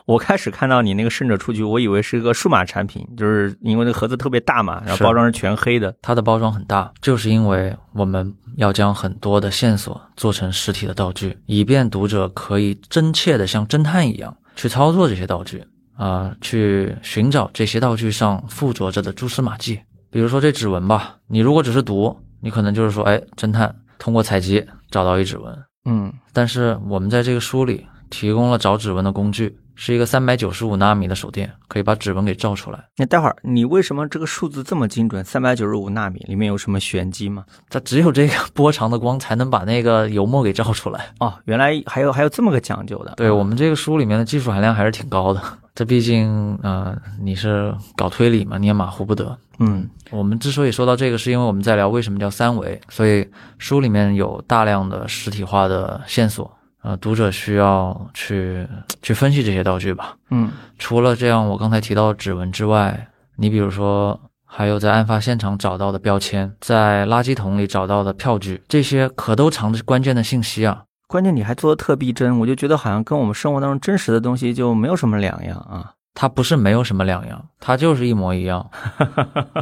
S2: 我开始看到你那个胜者出局，我以为是个数码产品，就是因为那个盒子特别大嘛，然后
S3: 是
S2: 包装是全黑的。？”
S3: 它的包装很大，就是因为我们要将很多的线索做成实体的道具，以便读者可以真切的像侦探一样去操作这些道具。啊、去寻找这些道具上附着着的蛛丝马迹。比如说这指纹吧，你如果只是读，你可能就是说，哎，侦探通过采集找到一指纹。
S2: 嗯
S3: 但是我们在这个书里提供了找指纹的工具，是一个三百九十五纳米的手电，可以把指纹给照出来。
S2: 那待会儿你为什么这个数字这么精准？三百九十五纳米里面有什么玄机吗？
S3: 它只有这个 波长的光才能把那个油墨给照出来。
S2: 哦，原来还有还有这么个讲究的。
S3: 对我们这个书里面的技术含量还是挺高的，这毕竟呃你是搞推理嘛，你也马虎不得。
S2: 嗯，
S3: 我们之所以说到这个，是因为我们在聊为什么叫三维，所以书里面有大量的实体化的线索，呃，读者需要去去分析这些道具吧。
S2: 嗯
S3: 除了这样我刚才提到的指纹之外，你比如说还有在案发现场找到的标签，在垃圾桶里找到的票据，这些可都藏着关键的信息啊。，
S2: 关键你还做的特逼真，我就觉得好像跟我们生活当中真实的东西就没有什么两样啊。
S3: 它不是没有什么两样，它就是一模一样。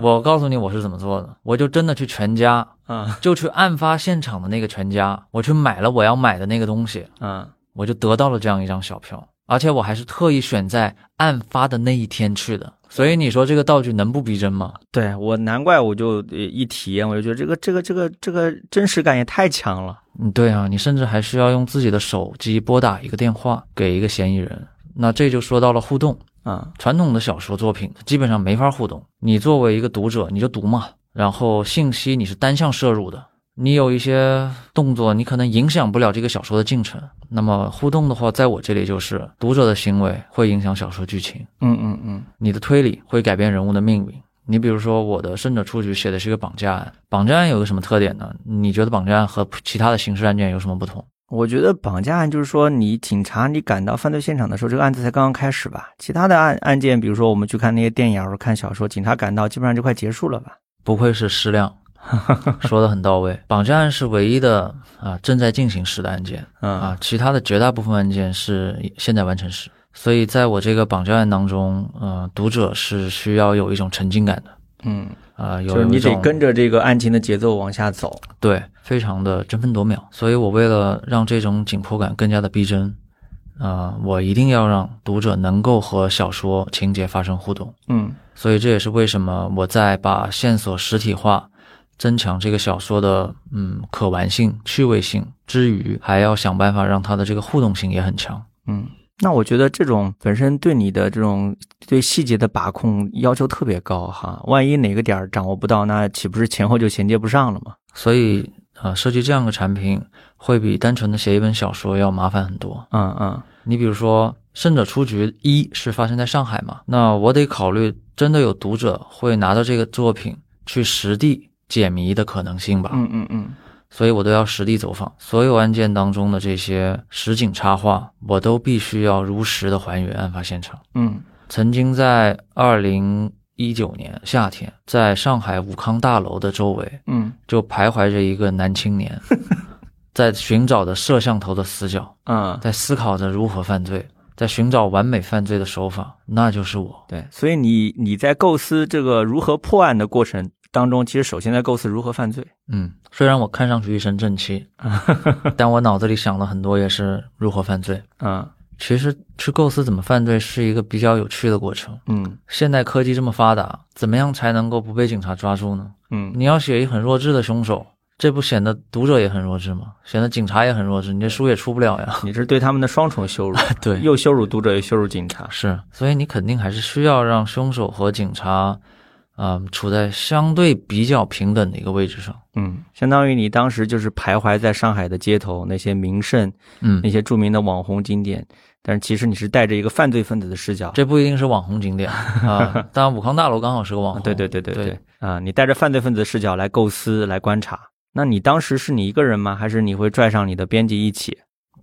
S3: 我告诉你我是怎么做的，我就真的去全家，
S2: 啊
S3: 就去案发现场的那个全家，我去买了我要买的那个东西，
S2: 啊
S3: 我就得到了这样一张小票，而且我还是特意选在案发的那一天去的。所以你说这个道具能不逼真吗？
S2: 对我难怪我就呃一体验，我就觉得这个这个这个这个真实感也太强了。
S3: 嗯，对啊，你甚至还需要用自己的手机拨打一个电话给一个嫌疑人。那这就说到了互动，
S2: 啊，
S3: 传统的小说作品基本上没法互动。你作为一个读者，你就读嘛，然后信息你是单向摄入的，你有一些动作，你可能影响不了这个小说的进程。那么互动的话，在我这里就是读者的行为会影响小说剧情，
S2: 嗯嗯嗯
S3: 你的推理会改变人物的命运。你比如说，我的《胜者出局》写的是一个绑架案，绑架案有个什么特点呢？你觉得绑架案和其他的刑事案件有什么不同？
S2: 我觉得绑架案就是说，你警察你赶到犯罪现场的时候，这个案子才刚刚开始吧。其他的案案件，比如说我们去看那些电影或者看小说，警察赶到基本上就快结束了吧。
S3: 不愧是 矢量，说的很到位。绑架案是唯一的啊、正在进行时的案件
S2: 嗯
S3: 啊、其他的绝大部分案件是现在完成时。所以在我这个绑架案当中，呃，读者是需要有一种沉浸感的
S2: 嗯，
S3: 啊、有
S2: 就是你得跟
S3: 着
S2: 着这个案情的节奏往下走。
S3: 对，非常的争分夺秒。所以我为了让这种紧迫感更加的逼真，啊、我一定要让读者能够和小说情节发生互动。
S2: 嗯
S3: 所以这也是为什么我在把线索实体化、增强这个小说的嗯可玩性、趣味性之余，还要想办法让它的这个互动性也很强。
S2: 嗯，那我觉得这种本身对你的这种对细节的把控要求特别高哈，万一哪个点儿掌握不到，那岂不是前后就衔接不上了吗？
S3: 所以啊、呃设计这样的产品会比单纯的写一本小说要麻烦很多。
S2: 嗯嗯
S3: 你比如说《胜者出局》一是发生在上海嘛，那我得考虑真的有读者会拿着这个作品去实地解谜的可能性吧。
S2: 嗯嗯嗯
S3: 所以我都要实地走访，所有案件当中的这些实景插画，我都必须要如实的还原案发现场。
S2: 嗯
S3: 曾经在二零一九年夏天，在上海武康大楼的周围，
S2: 嗯
S3: 就徘徊着一个男青年，在寻找着摄像头的死角，
S2: 嗯
S3: 在思考着如何犯罪。在寻找完美犯罪的手法，那就是我。
S2: 对，所以你你在构思这个如何破案的过程当中，其实首先在构思如何犯罪。
S3: 嗯，虽然我看上去一身正气，但我脑子里想了很多也是如何犯罪。
S2: 嗯
S3: 其实去构思怎么犯罪是一个比较有趣的过程。
S2: 嗯
S3: 现代科技这么发达，怎么样才能够不被警察抓住呢？
S2: 嗯，
S3: 你要写一很弱智的凶手，这不显得读者也很弱智吗？显得警察也很弱智，你这书也出不了 呀。
S2: 你是对他们的双重羞辱，
S3: 对
S2: 又羞辱读者，又羞辱警察。
S3: 是，所以你肯定还是需要让凶手和警察，嗯、处在相对比较平等的一个位置上。
S2: 嗯，相当于你当时就是徘徊在上海的街头，那些名胜，
S3: 嗯
S2: 那，些著名的网红景点，但是其实你是带着一个犯罪分子的视角。
S3: 这不一定是网红景点 啊、当然武康大楼刚好是个网
S2: 啊
S3: 红。
S2: 对对对对
S3: 哦对
S2: 对，啊，你带着犯罪分子的视角来构思、来观察。那你当时是你一个人吗？还是你会拽上你的编辑一起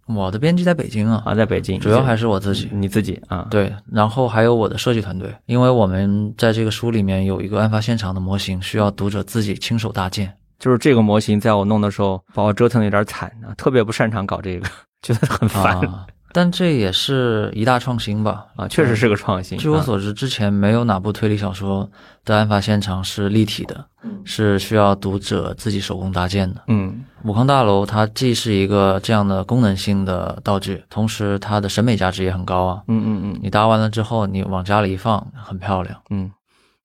S3: 我的编辑在北京啊，
S2: 啊？在北京，
S3: 主要还是我自己。
S2: 你自己啊？
S3: 对，然后还有我的设计团队，因为我们在这个书里面有一个案发现场的模型，需要读者自己亲手搭建。
S2: 就是这个模型，在我弄的时候，把我折腾的有点惨啊，特别不擅长搞这个， 觉得很烦啊
S3: 啊，但这也是一大创新吧？
S2: 确实是个创新。
S3: 嗯据我
S2: 啊
S3: 所知，之前没有哪部推理小说的案发现场是立体的，是需要读者自己手工搭建的。
S2: 嗯
S3: 武康大楼它既是一个这样的功能性的道具，同时它的审美价值也很高啊。
S2: 嗯嗯嗯
S3: 你搭完了之后，你往家里一放，很漂亮。
S2: 嗯。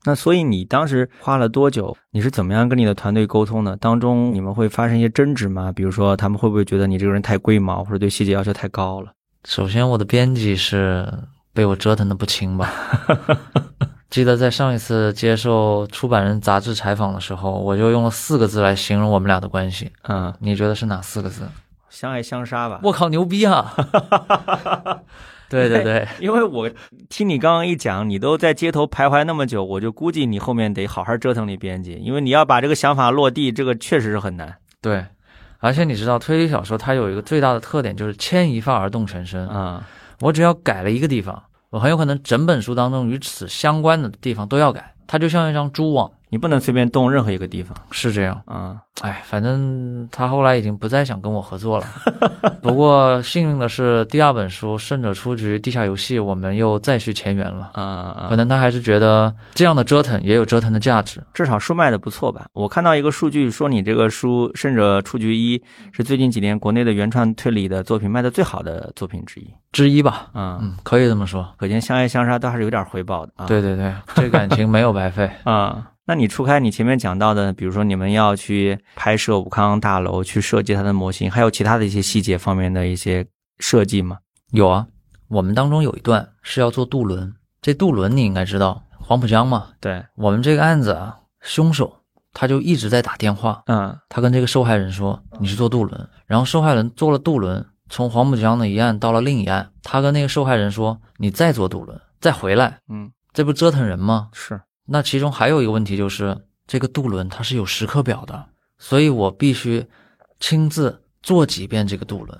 S2: 那所以你当时花了多久？你是怎么样跟你的团队沟通的？当中你们会发生一些争执吗？比如说他们会不会觉得你这个人太龟毛，或者对细节要求太高了？
S3: 首先，我的编辑是被我折腾的不轻 吧。记得在上一次接受出版人杂志采访的时候，我就用了四个字来形容我们俩的关系。
S2: 嗯，
S3: 你觉得是哪四个字？
S2: 相爱相杀吧。
S3: 我靠，牛逼啊！ 对对 对，
S2: 因为我听你刚刚一讲，你都在街头徘徊那么久，我就估计你后面得好好折腾你编辑，因为你要把这个想法落地，这个确实是很难。
S3: 对，而且你知道，推理小说它有一个最大的特点就是牵一发而动全身。
S2: 嗯
S3: 我只要改了一个地方，我很有可能整本书当中与此相关的地方都要改。它就像一张蛛网，
S2: 你不能随便动任何一个地方
S3: 是这样。
S2: 啊、
S3: 哎，反正他后来已经不再想跟我合作了。不过幸运的是，第二本书《胜者出局：地下游戏》，我们又再续前缘了。
S2: 啊啊！
S3: 可能他还是觉得这样的折腾也有折腾的价值。
S2: 至少书卖的不错吧？我看到一个数据说，你这个书《胜者出局一》是最近几年国内的原创推理的作品卖的最好的作品之一。
S3: 之一吧，
S2: 嗯，
S3: 嗯，可以这么说。
S2: 可见相爱相杀都还是有点回报的啊。
S3: 对对对，这感情没有白费。
S2: 啊、那你初开你前面讲到的，比如说你们要去拍摄武康大楼，去设计它的模型，还有其他的一些细节方面的一些设计吗？
S3: 有啊，我们当中有一段是要做渡轮，这渡轮你应该知道，黄浦江嘛。
S2: 对，
S3: 我们这个案子啊，凶手他就一直在打电话，
S2: 嗯
S3: 他跟这个受害人说你是坐渡轮，然后受害人坐了渡轮，从黄浦江的一岸到了另一岸，他跟那个受害人说你再坐渡轮再回来，
S2: 嗯，
S3: 这不折腾人吗？
S2: 是，
S3: 那其中还有一个问题就是这个渡轮它是有时刻表的，所以我必须亲自做几遍这个渡轮，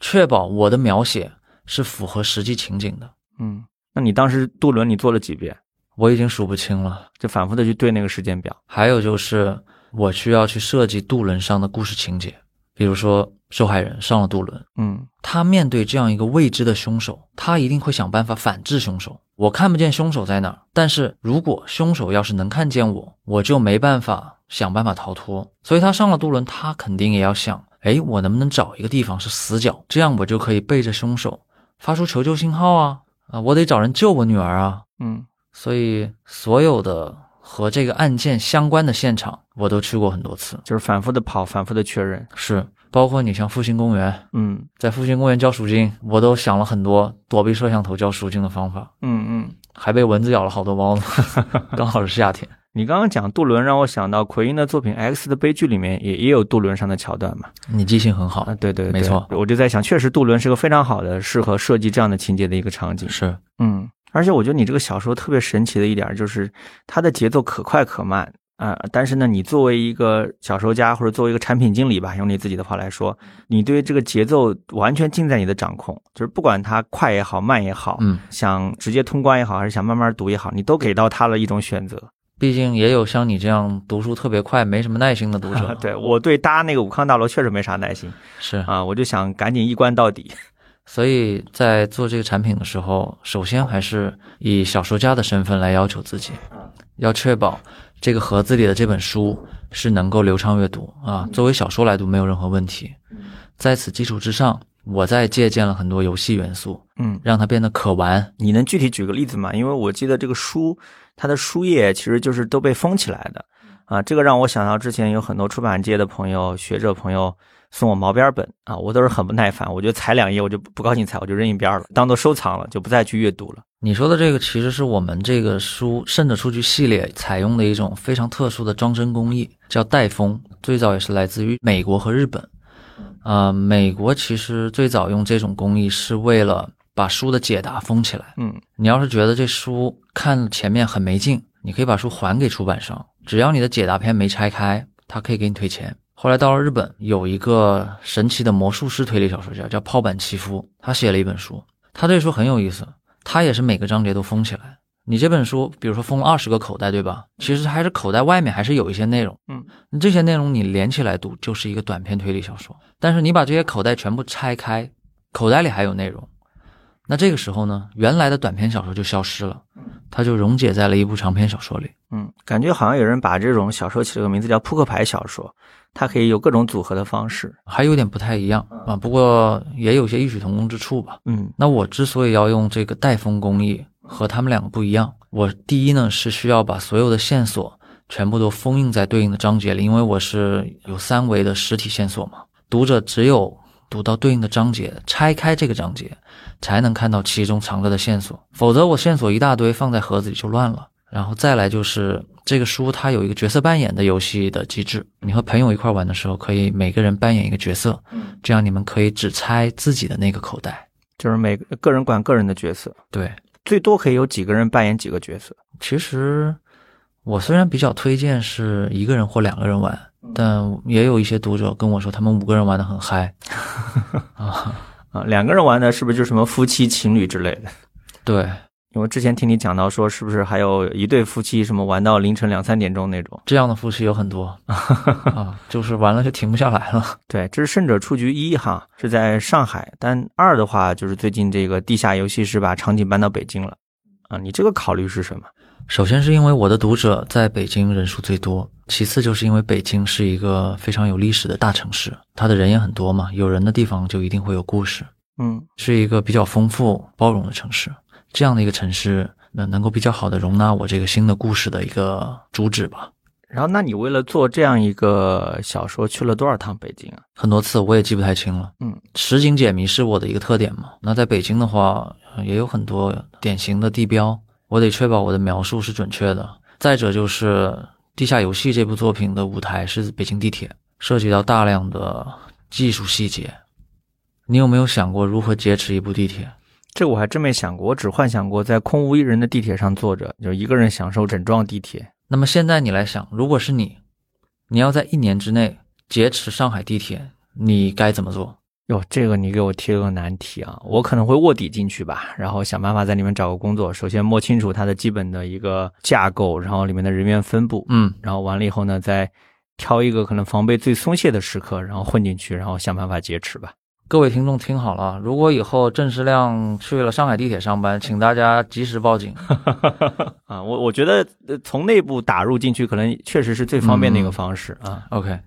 S3: 确保我的描写是符合实际情景的。
S2: 嗯，那你当时渡轮你做了几遍？
S3: 我已经数不清了。
S2: 就反复的去对那个时间表。
S3: 还有就是我需要去设计渡轮上的故事情节，比如说受害人上了渡轮，
S2: 嗯
S3: 他面对这样一个未知的凶手，他一定会想办法反制凶手。我看不见凶手在哪儿，但是如果凶手要是能看见我，我就没办法想办法逃脱。所以他上了渡轮，他肯定也要想，哎，我能不能找一个地方是死角，这样我就可以背着凶手发出求救信号啊啊！我得找人救我女儿啊！
S2: 嗯
S3: 所以所有的和这个案件相关的现场，我都去过很多次，
S2: 就是反复的跑，反复的确认。
S3: 是包括你像复兴公园，
S2: 嗯
S3: 在复兴公园交赎金，我都想了很多躲避摄像头交赎金的方法，
S2: 嗯嗯。
S3: 还被蚊子咬了好多包呢。 刚好是夏天，
S2: 你刚刚讲渡轮，让我想到奎因的作品《X 的悲剧》里面也也有渡轮上的桥段嘛。
S3: 你记性很好
S2: 啊，，对对，对
S3: 哦没错
S2: 我就在想，确实渡轮是个非常好的适合设计这样的情节的一个场景。
S3: 是
S2: 嗯，而且我觉得你这个小说特别神奇的一点就是，它的节奏可快可慢啊、呃但是呢，你作为一个小说家或者作为一个产品经理吧，用你自己的话来说，你对这个节奏完全尽在你的掌控，就是不管它快也好，慢也好，
S3: 嗯，
S2: 想直接通关也好，还是想慢慢读也好，你都给到他了一种选择。
S3: 毕竟也有像你这样读书特别快、没什么耐心 的读
S2: 啊。
S3: 者
S2: 对我对搭那个武康大楼确实没啥耐心
S3: 是，
S2: 啊，我就想赶紧一关到底。
S3: 所以在做这个产品的时候，首先还是以小说家的身份来要求自己，要确保这个盒子里的这本书是能够流畅阅读啊，作为小说来读没有任何问题。在此基础之上，我再借鉴了很多游戏元素，
S2: 嗯，
S3: 让它变得可玩。
S2: 你能具体举个例子吗？因为我记得这个书，它的书页其实就是都被封起来的啊，这个让我想到之前有很多出版界的朋友、学者朋友送我毛边本啊，我都是很不耐烦，我就裁两页，我就不不高兴裁，我就扔一边了，当做收藏了，就不再去阅读了。
S3: 你说的这个其实是我们这个书甚至书局系列采用的一种非常特殊的装帧工艺，叫带封，最早也是来自于美国和日本。啊、美国其实最早用这种工艺是为了把书的解答封起来。
S2: 嗯
S3: 你要是觉得这书看前面很没劲，你可以把书还给出版商，只要你的解答篇没拆开，他可以给你退钱。后来到了日本，有一个神奇的魔术师推理小说家叫泡坂齐夫，他写了一本书，他这书很有意思，他也是每个章节都封起来。你这本书，比如说封了二十个口袋，对吧？其实还是口袋外面还是有一些内容，
S2: 嗯，
S3: 这些内容你连起来读就是一个短篇推理小说。但是你把这些口袋全部拆开，口袋里还有内容，那这个时候呢，原来的短篇小说就消失了，它就溶解在了一部长篇小说里。
S2: 嗯，感觉好像有人把这种小说起了个名字叫扑克牌小说，它可以有各种组合的方式。
S3: 还有点不太一样啊，不过也有些异曲同工之处吧。
S2: 嗯
S3: 那我之所以要用这个带风工艺，和他们两个不一样。我第一呢是需要把所有的线索全部都封印在对应的章节里，因为我是有三维的实体线索嘛，读者只有读到对应的章节，拆开这个章节，才能看到其中藏着的线索，否则我线索一大堆放在盒子里就乱了。然后再来就是这个书，它有一个角色扮演的游戏的机制。你和朋友一块玩的时候，可以每个人扮演一个角色，这样你们可以只拆自己的那个口袋。
S2: 就是每个个人管个人的角色，
S3: 对，
S2: 最多可以有几个人扮演几个角色。
S3: 其实我虽然比较推荐是一个人或两个人玩，但也有一些读者跟我说，他们五个人玩的很嗨啊。
S2: 啊，两个人玩的是不是就什么夫妻、情侣之类的？
S3: 对，
S2: 因为之前听你讲到说，是不是还有一对夫妻什么玩到凌晨两三点钟那种？
S3: 这样的夫妻有很多啊，就是玩了就停不下来了。
S2: 对，这是《胜者出局一》哈，是在上海，但二的话就是最近这个地下游戏是把场景搬到北京了。啊，你这个考虑是什么？
S3: 首先是因为我的读者在北京人数最多，其次就是因为北京是一个非常有历史的大城市，它的人也很多嘛，有人的地方就一定会有故事。
S2: 嗯
S3: 是一个比较丰富包容的城市。这样的一个城市，那能够比较好的容纳我这个新的故事的一个主旨吧。
S2: 然后，那你为了做这样一个小说，去了多少趟北京啊？
S3: 很多次我也记不太清了。
S2: 嗯，
S3: 实景解谜是我的一个特点嘛。那在北京的话，呃也有很多典型的地标，我得确保我的描述是准确的。再者就是《地下游戏》这部作品的舞台是北京地铁，涉及到大量的技术细节。你有没有想过如何劫持一部地铁？
S2: 这我还真没想过，我只幻想过在空无一人的地铁上坐着，就一个人享受整幢地铁。
S3: 那么现在你来想，如果是你，你要在一年之内劫持上海地铁，你该怎么做？
S2: 哟，这个你给我提了个难题啊！我可能会卧底进去吧，然后想办法在里面找个工作。首先摸清楚它的基本的一个架构，然后里面的人员分布，
S3: 嗯，
S2: 然后完了以后呢，再挑一个可能防备最松懈的时刻，然后混进去，然后想办法劫持 吧。
S3: 各位听众听好了，啊，如果以后郑世亮去了上海地铁上班，请大家及时报警。
S2: 啊，我我觉得呃从内部打入进去，可能确实是最方便的一个方式啊。
S3: OK，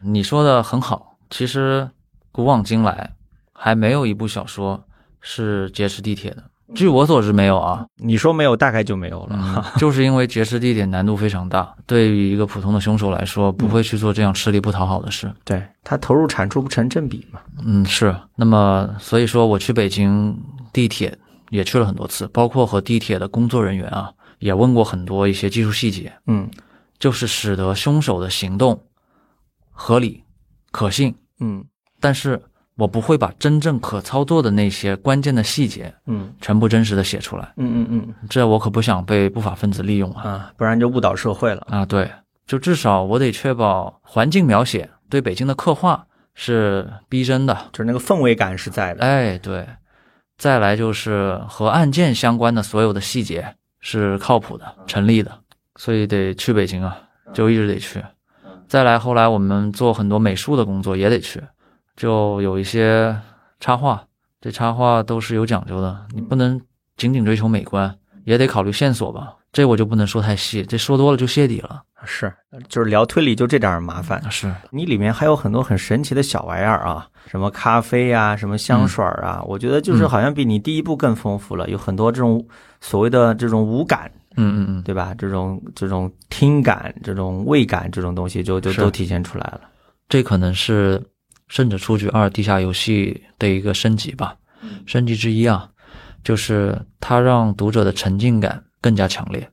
S3: 你说的很好。其实古往今来，还没有一部小说是劫持地铁的。据我所知，没有啊。
S2: 你说没有，大概就没有了。
S3: 嗯， 就是因为劫持地铁难度非常大，对于一个普通的凶手来说，不会去做这样吃力不讨好的事。
S2: 对，它投入产出不成正比嘛。
S3: 嗯，是。那么，所以说我去北京地铁也去了很多次，包括和地铁的工作人员啊，也问过很多一些技术细节，
S2: 嗯
S3: 就是使得凶手的行动合理、可信。
S2: 嗯
S3: 但是我不会把真正可操作的那些关键的细节
S2: 嗯
S3: 全部真实的写出来，
S2: 嗯嗯
S3: 这我可不想被不法分子利用
S2: 嗯
S3: 啊！
S2: 啊，不然就误导社会了。
S3: 啊，对，就至少我得确保环境描写对北京的刻画是逼真的。
S2: 就是那个氛围感是在的。
S3: 哎，对，再来就是和案件相关的所有的细节是靠谱的、成立的，所以得去北京啊，就一直得去。再来，后来我们做很多美术的工作也得去，就有一些插画，对插画都是有讲究的，你不能仅仅追求美观，也得考虑线索吧。这我就不能说太细，这说多了就泄底了。
S2: 是，就是聊推理就这点儿麻烦。
S3: 是，嗯
S2: 你里面还有很多很神奇的小玩意儿啊，什么咖啡啊，什么香水儿啊，我觉得就是好像比你第一部更丰富了，有很多这种所谓的这种五感，
S3: 嗯嗯嗯，
S2: 对吧？这种这种听感、这种味感这种东西就就是都体现出来了。
S3: 这可能是《胜者出局二》地下游戏的一个升级吧，升级之一啊，就是它让读者的沉浸感更加强烈。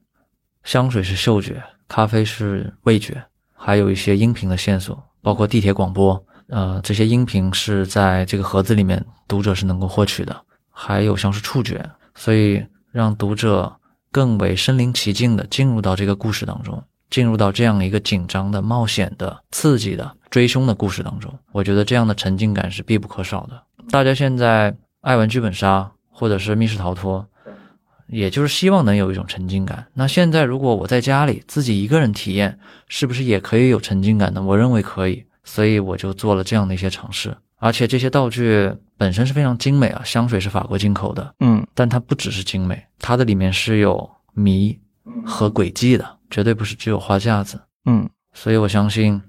S3: 香水是嗅觉，咖啡是味觉，还有一些音频的线索，包括地铁广播，呃，这些音频是在这个盒子里面读者是能够获取的，还有像是触觉，所以让读者更为身临其境的进入到这个故事当中，进入到这样一个紧张的、冒险的、刺激的、追凶的故事当中。我觉得这样的沉浸感是必不可少的。大家现在爱玩剧本杀或者是密室逃脱，也就是希望能有一种沉浸感。那现在如果我在家里自己一个人体验，是不是也可以有沉浸感呢？我认为可以，所以我就做了这样的一些尝试。而且这些道具本身是非常精美啊，香水是法国进口的，
S2: 嗯，
S3: 但它不只是精美，它的里面是有谜和轨迹的，绝对不是只有花架子。
S2: 嗯，
S3: 所以我相信，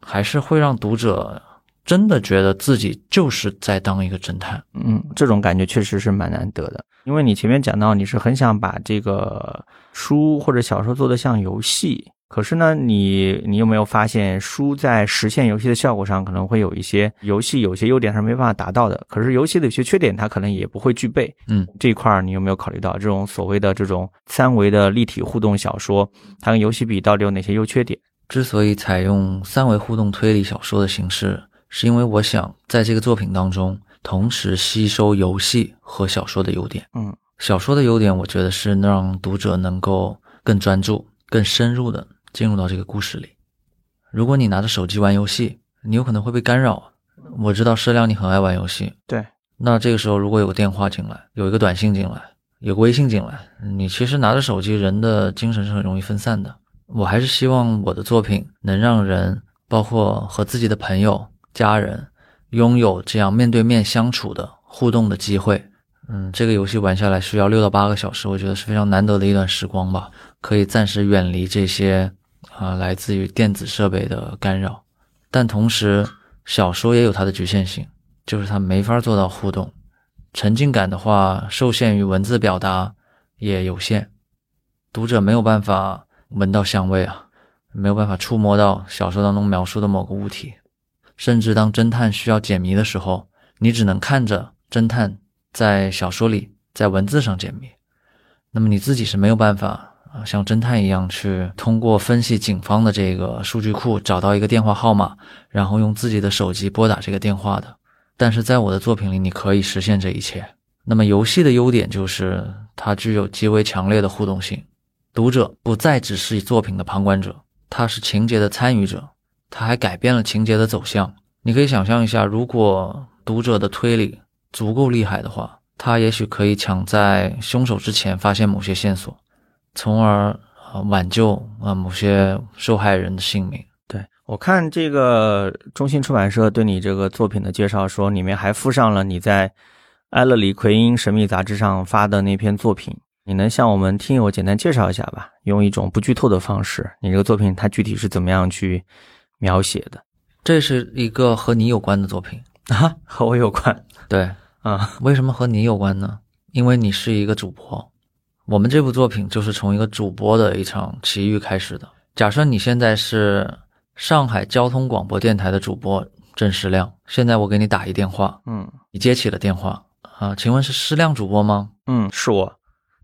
S3: 还是会让读者真的觉得自己就是在当一个侦探。
S2: 嗯，这种感觉确实是蛮难得的，因为你前面讲到你是很想把这个书或者小说做得像游戏，可是呢，你你有没有发现书在实现游戏的效果上可能会有一些游戏有些优点是没办法达到的，可是游戏的有些缺点它可能也不会具备。
S3: 嗯，
S2: 这一块儿你有没有考虑到这种所谓的这种三维的立体互动小说，它跟游戏比到底有哪些优缺点？
S3: 之所以采用三维互动推理小说的形式，是因为我想在这个作品当中同时吸收游戏和小说的优点。
S2: 嗯，
S3: 小说的优点，我觉得是能让读者能够更专注、更深入的进入到这个故事里。如果你拿着手机玩游戏，你有可能会被干扰啊。我知道适量你很爱玩游戏，
S2: 对，
S3: 那这个时候如果有个电话进来，有一个短信进来，有个微信进来，你其实拿着手机，人的精神是很容易分散的。我还是希望我的作品能让人，包括和自己的朋友、家人，拥有这样面对面相处的互动的机会。嗯，这个游戏玩下来需要六到八个小时，我觉得是非常难得的一段时光吧。可以暂时远离这些啊、来自于电子设备的干扰，但同时小说也有它的局限性，就是它没法做到互动。沉浸感的话，受限于文字表达也有限，读者没有办法闻到香味啊，没有办法触摸到小说当中描述的某个物体，甚至当侦探需要解谜的时候，你只能看着侦探在小说里在文字上解谜，那么你自己是没有办法啊像侦探一样去通过分析警方的这个数据库找到一个电话号码，然后用自己的手机拨打这个电话的。但是在我的作品里，你可以实现这一切。那么游戏的优点就是它具有极为强烈的互动性，读者不再只是作品的旁观者，他是情节的参与者，他还改变了情节的走向。你可以想象一下，如果读者的推理足够厉害的话，他也许可以抢在凶手之前发现某些线索，从而呃挽救啊、呃某些受害人的性命。
S2: 对我看这个中信出版社对你这个作品的介绍说，里面还附上了你在埃勒里奎因神秘杂志上发的那篇作品。你能向我们听友简单介绍一下吧？用一种不剧透的方式，你这个作品它具体是怎么样去描写的
S3: 这是一个和你有关的作品，
S2: 啊？和我有关
S3: 对，
S2: 啊？
S3: 为什么和你有关呢？因为你是一个主播。我们这部作品就是从一个主播的一场奇遇开始的。假设你现在是上海交通广播电台的主播郑世亮，现在我给你打一电话，
S2: 嗯
S3: 你接起了电话啊、请问是世亮主播吗？
S2: 嗯，是我，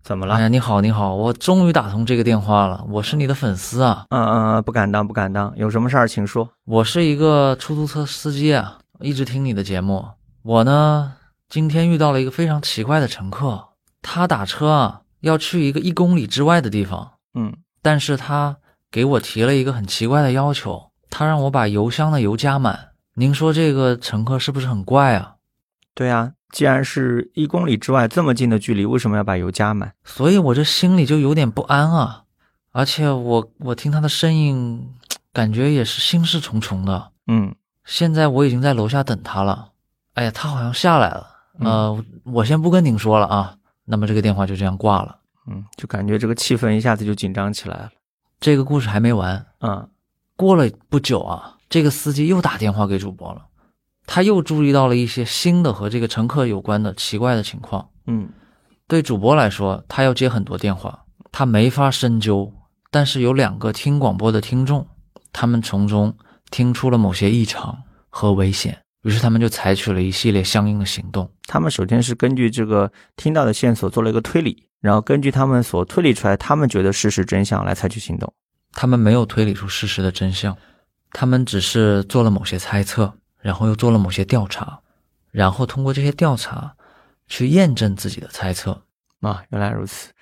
S2: 怎么了啊
S3: 哎？呀，你好，你好，我终于打通这个电话了。我是你的粉丝啊，
S2: 嗯嗯，嗯不敢当，不敢当，有什么事儿请说。
S3: 我是一个出租车司机啊，一直听你的节目。我呢，今天遇到了一个非常奇怪的乘客，他打车啊要去一个一公里之外的地方，
S2: 嗯
S3: 但是他给我提了一个很奇怪的要求，他让我把油箱的油加满。您说这个乘客是不是很怪啊？
S2: 对啊，既然是一公里之外这么近的距离，为什么要把油加满？
S3: 所以我这心里就有点不安啊，而且我我听他的声音，感觉也是心事重重的。
S2: 嗯
S3: 现在我已经在楼下等他了，哎呀，他好像下来了，呃，我先不跟您说了啊。那么这个电话就这样挂了。
S2: 嗯，就感觉这个气氛一下子就紧张起来了。
S3: 这个故事还没完，
S2: 嗯
S3: 过了不久啊，这个司机又打电话给主播了，他又注意到了一些新的和这个乘客有关的奇怪的情况。
S2: 嗯
S3: 对主播来说，他要接很多电话，他没法深究。但是有两个听广播的听众，他们从中听出了某些异常和危险，于是他们就采取了一系列相应的行动。
S2: 他们首先是根据这个听到的线索做了一个推理，然后根据他们所推理出来，他们觉得事实真相来采取行动。
S3: 他们没有推理出事实的真相，他们只是做了某些猜测，然后又做了某些调查，然后通过这些调查去验证自己的猜测。
S2: 啊，原来如此，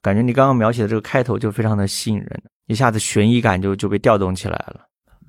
S2: 感觉你刚刚描写的这个开头就非常的吸引人，一下子悬疑感就就被调动起来了。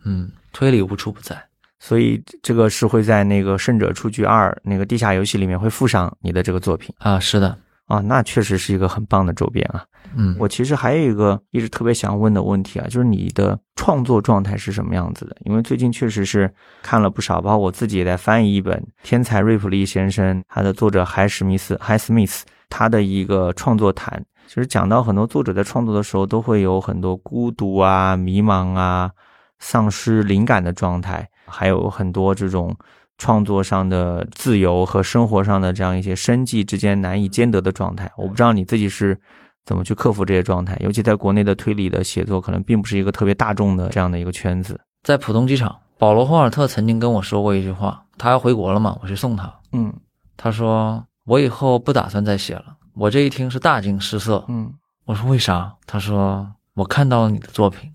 S3: 嗯，推理无处不在。
S2: 所以这个是会在那个《胜者出局二》那个地下游戏里面会附上你的这个作品
S3: 啊，是的，
S2: 啊，那确实是一个很棒的周边啊。
S3: 嗯，
S2: 我其实还有一个一直特别想问的问题啊，就是你的创作状态是什么样子的？因为最近确实是看了不少，包括我自己也在翻译一本《天才瑞普利先生》，他的作者海史密斯海史密斯他的一个创作谈。其实讲到很多作者在创作的时候，都会有很多孤独啊、迷茫啊、丧失灵感的状态，还有很多这种创作上的自由和生活上的这样一些生计之间难以兼得的状态。我不知道你自己是怎么去克服这些状态，尤其在国内的推理的写作可能并不是一个特别大众的这样的一个圈子。
S3: 在浦东机场，保罗·霍尔特曾经跟我说过一句话，他要回国了嘛，我去送他。
S2: 嗯
S3: 他说：“我以后不打算再写了。”我这一听是大惊失色。
S2: 嗯
S3: 我说：“为啥？”他说：“我看到了你的作品，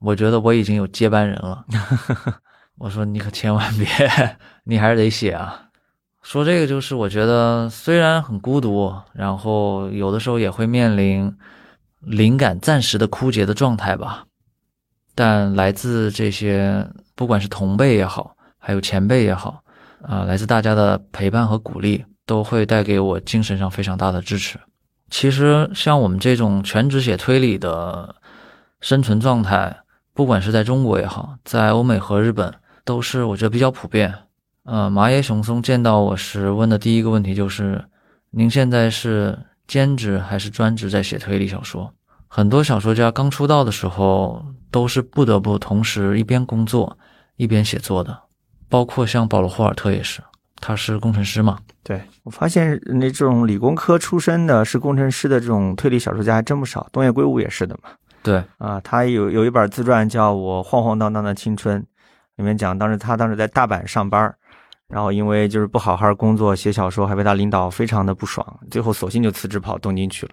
S3: 我觉得我已经有接班人了。”我说：“你可千万别， 你还是得写啊。”说这个就是我觉得虽然很孤独，然后有的时候也会面临灵感暂时的枯竭的状态吧，但来自这些不管是同辈也好，还有前辈也好，啊、来自大家的陪伴和鼓励，都会带给我精神上非常大的支持。其实像我们这种全职写推理的生存状态，不管是在中国也好，在欧美和日本，都是我觉得比较普遍。呃，麻耶雄松见到我时问的第一个问题就是：“您现在是兼职还是专职在写推理小说？”很多小说家刚出道的时候，都是不得不同时一边工作一边写作的，包括像保罗·霍尔特也是，他是工程师嘛，
S2: 对我发现那这种理工科出身的是工程师的这种推理小说家还真不少，东野圭吾也是的嘛。
S3: 对，
S2: 啊，他有有一本自传叫我晃晃荡荡的青春，里面讲当时他当时在大阪上班儿，然后因为就是不好好工作写小说，还被他领导非常的不爽，最后索性就辞职跑东京去了。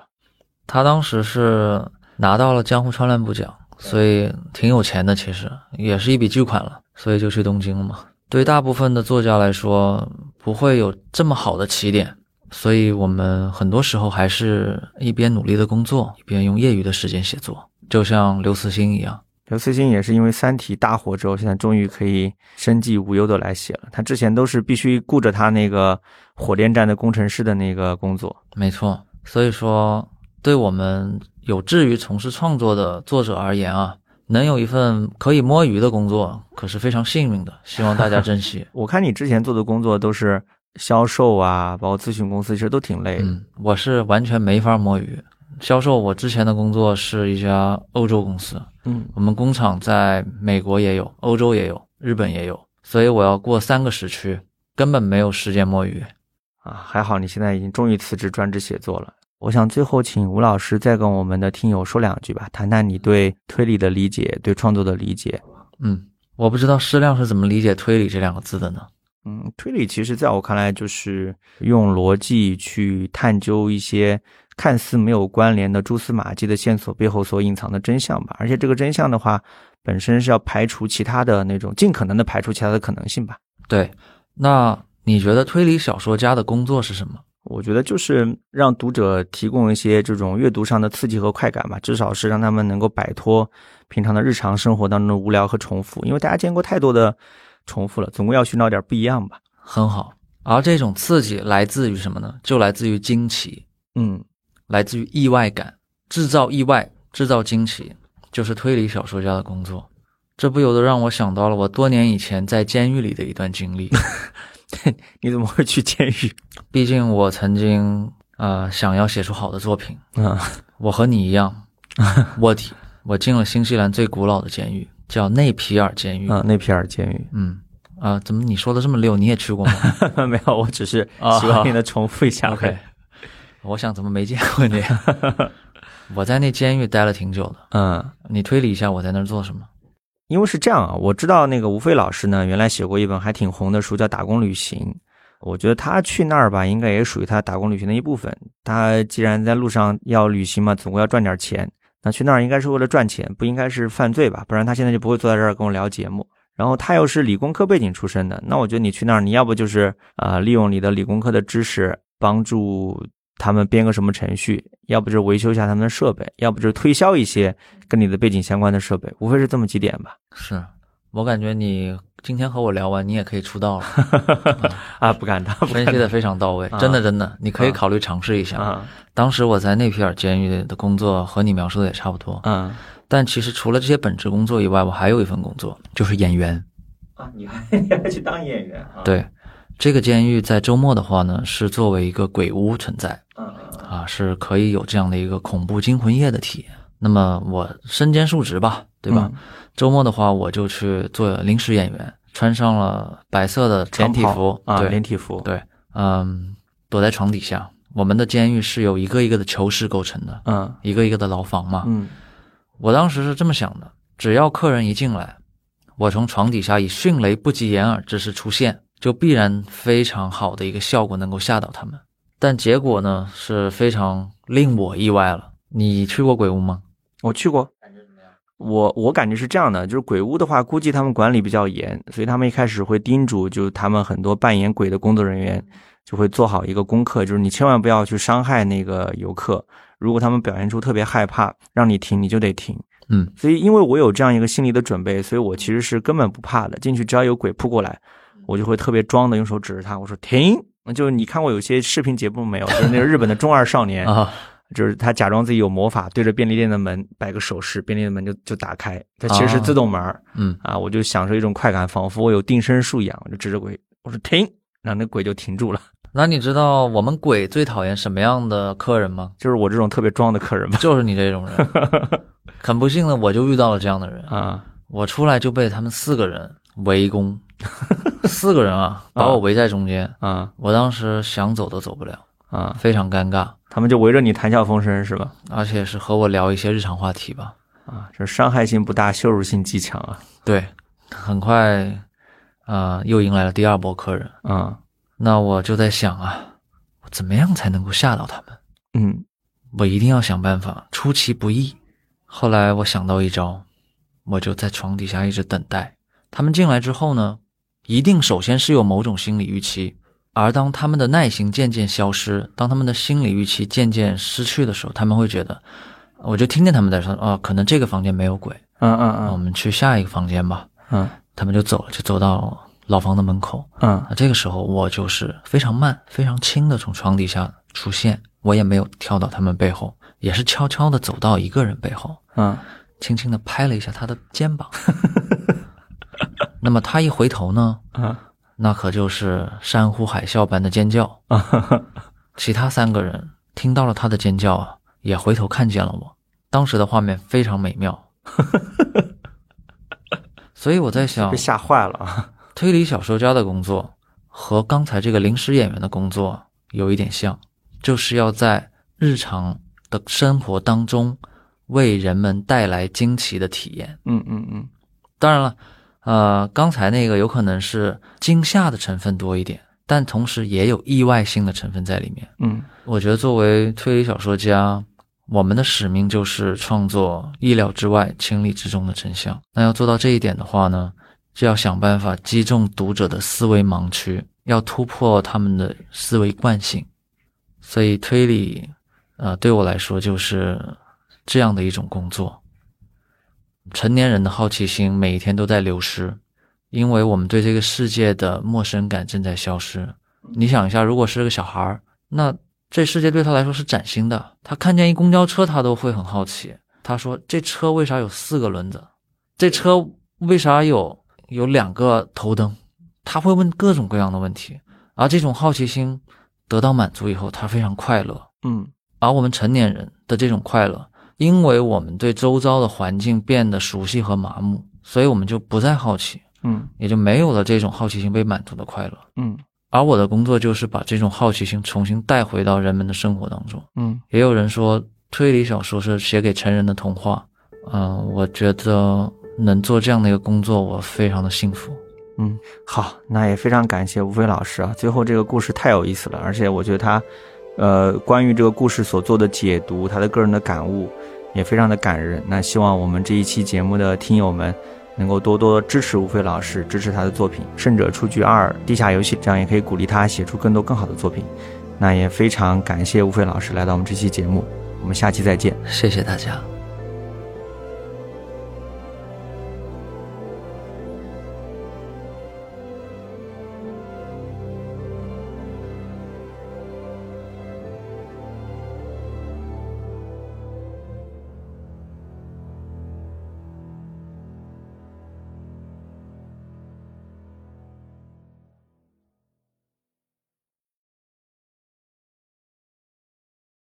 S3: 他当时是拿到了江户川乱步奖，所以挺有钱的，其实也是一笔巨款了，所以就去东京了嘛。对大部分的作家来说，不会有这么好的起点，所以我们很多时候还是一边努力的工作，一边用业余的时间写作，就像刘慈欣一样。
S2: 刘慈欣也是因为《三体》大火之后，现在终于可以生计无忧的来写了。他之前都是必须顾着他那个火电站的工程师的那个工作。
S3: 没错，所以说，对我们有志于从事创作的作者而言啊，能有一份可以摸鱼的工作，可是非常幸运的，希望大家珍惜。
S2: 我看你之前做的工作都是销售啊，包括咨询公司，其实都挺累的。
S3: 嗯，我是完全没法摸鱼。销售，我之前的工作是一家欧洲公司，
S2: 嗯
S3: 我们工厂在美国也有，欧洲也有，日本也有，所以我要过三个时区，根本没有时间摸鱼。
S2: 啊，还好你现在已经终于辞职专职写作了。我想最后请吴老师再跟我们的听友说两句吧，谈谈你对推理的理解，对创作的理解。
S3: 嗯，我不知道矢亮是怎么理解“推理”这两个字的呢？
S2: 嗯，推理其实在我看来就是用逻辑去探究一些看似没有关联的蛛丝马迹的线索背后所隐藏的真相吧。而且这个真相的话，本身是要排除其他的那种，尽可能的排除其他的可能性吧。
S3: 对，那你觉得推理小说家的工作是什么？
S2: 我觉得就是让读者提供一些这种阅读上的刺激和快感吧，至少是让他们能够摆脱平常的日常生活当中的无聊和重复，因为大家见过太多的重复了，总归要寻找点不一样吧。
S3: 很好，而这种刺激来自于什么呢？就来自于惊奇，
S2: 嗯，
S3: 来自于意外感，制造意外，制造惊奇，就是推理小说家的工作。这不由得让我想到了我多年以前在监狱里的一段经历。
S2: 你怎么会去监狱？
S3: 毕竟我曾经呃想要写出好的作品，
S2: 啊，
S3: 我和你一样卧底，我进了新西兰最古老的监狱，叫内皮尔监狱。
S2: 啊，内皮尔监狱
S3: 嗯啊、怎么你说的这么溜？你也去过吗
S2: 没有，我只是
S3: 啊
S2: 希望你能重复一下。
S3: ？OK，我想怎么没见过你？我在那监狱待了挺久的，
S2: 嗯，
S3: 你推理一下我在那儿做什么？
S2: 因为是这样啊，我知道那个吴飞老师呢，原来写过一本还挺红的书，叫《打工旅行》。我觉得他去那儿吧，应该也属于他打工旅行的一部分。他既然在路上要旅行嘛，总归要赚点钱。那去那儿应该是为了赚钱，不应该是犯罪吧？不然他现在就不会坐在这儿跟我聊节目。然后他又是理工科背景出身的，那我觉得你去那儿，你要不就是啊、呃利用你的理工科的知识帮助他们编个什么程序，要不就是维修一下他们的设备，要不就是推销一些跟你的背景相关的设备，无非是这么几点吧。
S3: 是我感觉你今天和我聊完，你也可以出道了，
S2: 啊，不敢当，不
S3: 分
S2: 敢
S3: 析的非常到位，真的真的，你可以
S2: 啊
S3: 考虑尝试一下。
S2: 当啊
S3: 当时我在内皮尔监狱的工作和你描述的也差不多，
S2: 啊
S3: 但其实除了这些本职工作以外，我还有一份工作，就是演员。
S2: 啊！你还你还去 当演员啊？
S3: 对，这个监狱在周末的话呢，是作为一个鬼屋存在
S2: 嗯，
S3: 啊，是可以有这样的一个恐怖惊魂夜的体验。那么我身兼数职吧，对吧？周末的话，我就去做临时演员，穿上了白色的
S2: 连
S3: 连体
S2: 体
S3: 服
S2: 服，啊，
S3: 对
S2: 连，体服，
S3: 对，嗯，躲在床底下。我们的监狱是由一个一个的囚室构成的，
S2: 嗯
S3: 一个一个的牢房嘛。
S2: 嗯
S3: 我当时是这么想的：只要客人一进来，我从床底下以迅雷不及掩耳之势出现，就必然非常好的一个效果能够吓到他们。但结果呢，是非常令我意外了。你去过鬼屋吗？
S2: 我去过。我我感觉是这样的，就是鬼屋的话，估计他们管理比较严，所以他们一开始会叮嘱，就是他们很多扮演鬼的工作人
S3: 嗯
S2: 员就会做好一个功课，就是你千万不要去伤害那个游客。如果他们表现出特别害怕，让你停你就得停。
S3: 嗯，
S2: 所以因为我有这样一个心理的准备，所以我其实是根本不怕的。进去只要有鬼扑过来，
S3: 嗯
S2: 我就会特别装的用手指着他，我说停。就是你看过有些视频节目没有？就是那个日本的中二少年，
S3: 啊，
S2: 就是他假装自己有魔法，对着便利店的门摆个手势，便利店的门就就打开。它其实是自动门儿
S3: 嗯，
S2: 啊，我就享受一种快感，仿佛我有定身术一样。我就指着鬼，我说停，然后那鬼就停住了。
S3: 那你知道我们鬼最讨厌什么样的客人吗？
S2: 就是我这种特别装的客人吧。
S3: 就是你这种人。很不幸的，我就遇到了这样的人。
S2: 啊
S3: 我出来就被他们四个人围攻，四个人啊，把我围在中间。
S2: 啊
S3: 我当时想走都走不了。
S2: 啊！
S3: 非常尴尬，
S2: 他们就围着你谈笑风生是吧？
S3: 而且是和我聊一些日常话题吧。
S2: 啊，这伤害性不大，羞辱性极强啊！
S3: 对，很快，呃，又迎来了第二波客人。
S2: 啊
S3: 那我就在想啊，我怎么样才能够吓到他们？
S2: 嗯
S3: 我一定要想办法，出其不意。后来我想到一招，我就在床底下一直等待。他们进来之后呢，一定首先是有某种心理预期，而当他们的耐心渐渐消失，当他们的心理预期渐渐失去的时候，他们会觉得，我就听见他们在说，哦，可能这个房间没有鬼，
S2: 嗯
S3: 那我
S2: 嗯
S3: 们去下一个房间吧。
S2: 嗯
S3: 他们就走了，就走到老房的门口。
S2: 嗯
S3: 啊，这个时候我就是非常慢、非常轻的从床底下出现，我也没有跳到他们背后，也是悄悄的走到一个人背后，
S2: 嗯
S3: 轻轻的拍了一下他的肩膀。 那么他一回头呢，
S2: 嗯
S3: 那可就是山呼海啸般的尖叫。
S2: 啊
S3: 其他三个人听到了他的尖叫啊，也回头看见了我。当时的画面非常美妙， 所以我在 想
S2: 被，吓坏了啊！
S3: 推理小说家的工作和刚才这个临时演员的工作有一点像，就是要在日常的生活当中为人们带来惊奇的体验。
S2: 嗯嗯嗯
S3: 当然了，呃，刚才那个有可能是惊吓的成分多一点，但同时也有意外性的成分在里面。
S2: 嗯
S3: 我觉得作为推理小说家，我们的使命就是创作意料之外、情理之中的真相。那要做到这一点的话呢，就要想办法击中读者的思维盲区，要突破他们的思维惯性。所以推理，呃，对我来说就是这样的一种工作。成年人的好奇心每一天都在流失，因为我们对这个世界的陌生感正在消失。你想一下，如果是个小孩儿，那这世界对他来说是崭新的。他看见一公交车，他都会很好奇。他说：“这车为啥有四个轮子？这车为啥有有两个头灯？他会问各种各样的问题，而这种好奇心得到满足以后，他非常快乐。
S2: 嗯
S3: 而我们成年人的这种快乐，因为我们对周遭的环境变得熟悉和麻木，所以我们就不再好奇，
S2: 嗯
S3: 也就没有了这种好奇心被满足的快乐。
S2: 嗯
S3: 而我的工作就是把这种好奇心重新带回到人们的生活当中。
S2: 嗯
S3: 也有人说，推理小说是写给成人的童话。嗯、我觉得能做这样的一个工作，我非常的幸福。
S2: 嗯，好，那也非常感谢吴飞老师啊。最后这个故事太有意思了，而且我觉得他，呃，关于这个故事所做的解读，他的个人的感悟也非常的感人。那希望我们这一期节目的听友们能够多多支持吴飞老师，支持他的作品《胜者出局二》《地下游戏》，这样也可以鼓励他写出更多更好的作品。那也非常感谢吴飞老师来到我们这期节目，我们下期再见。
S3: 谢谢大家。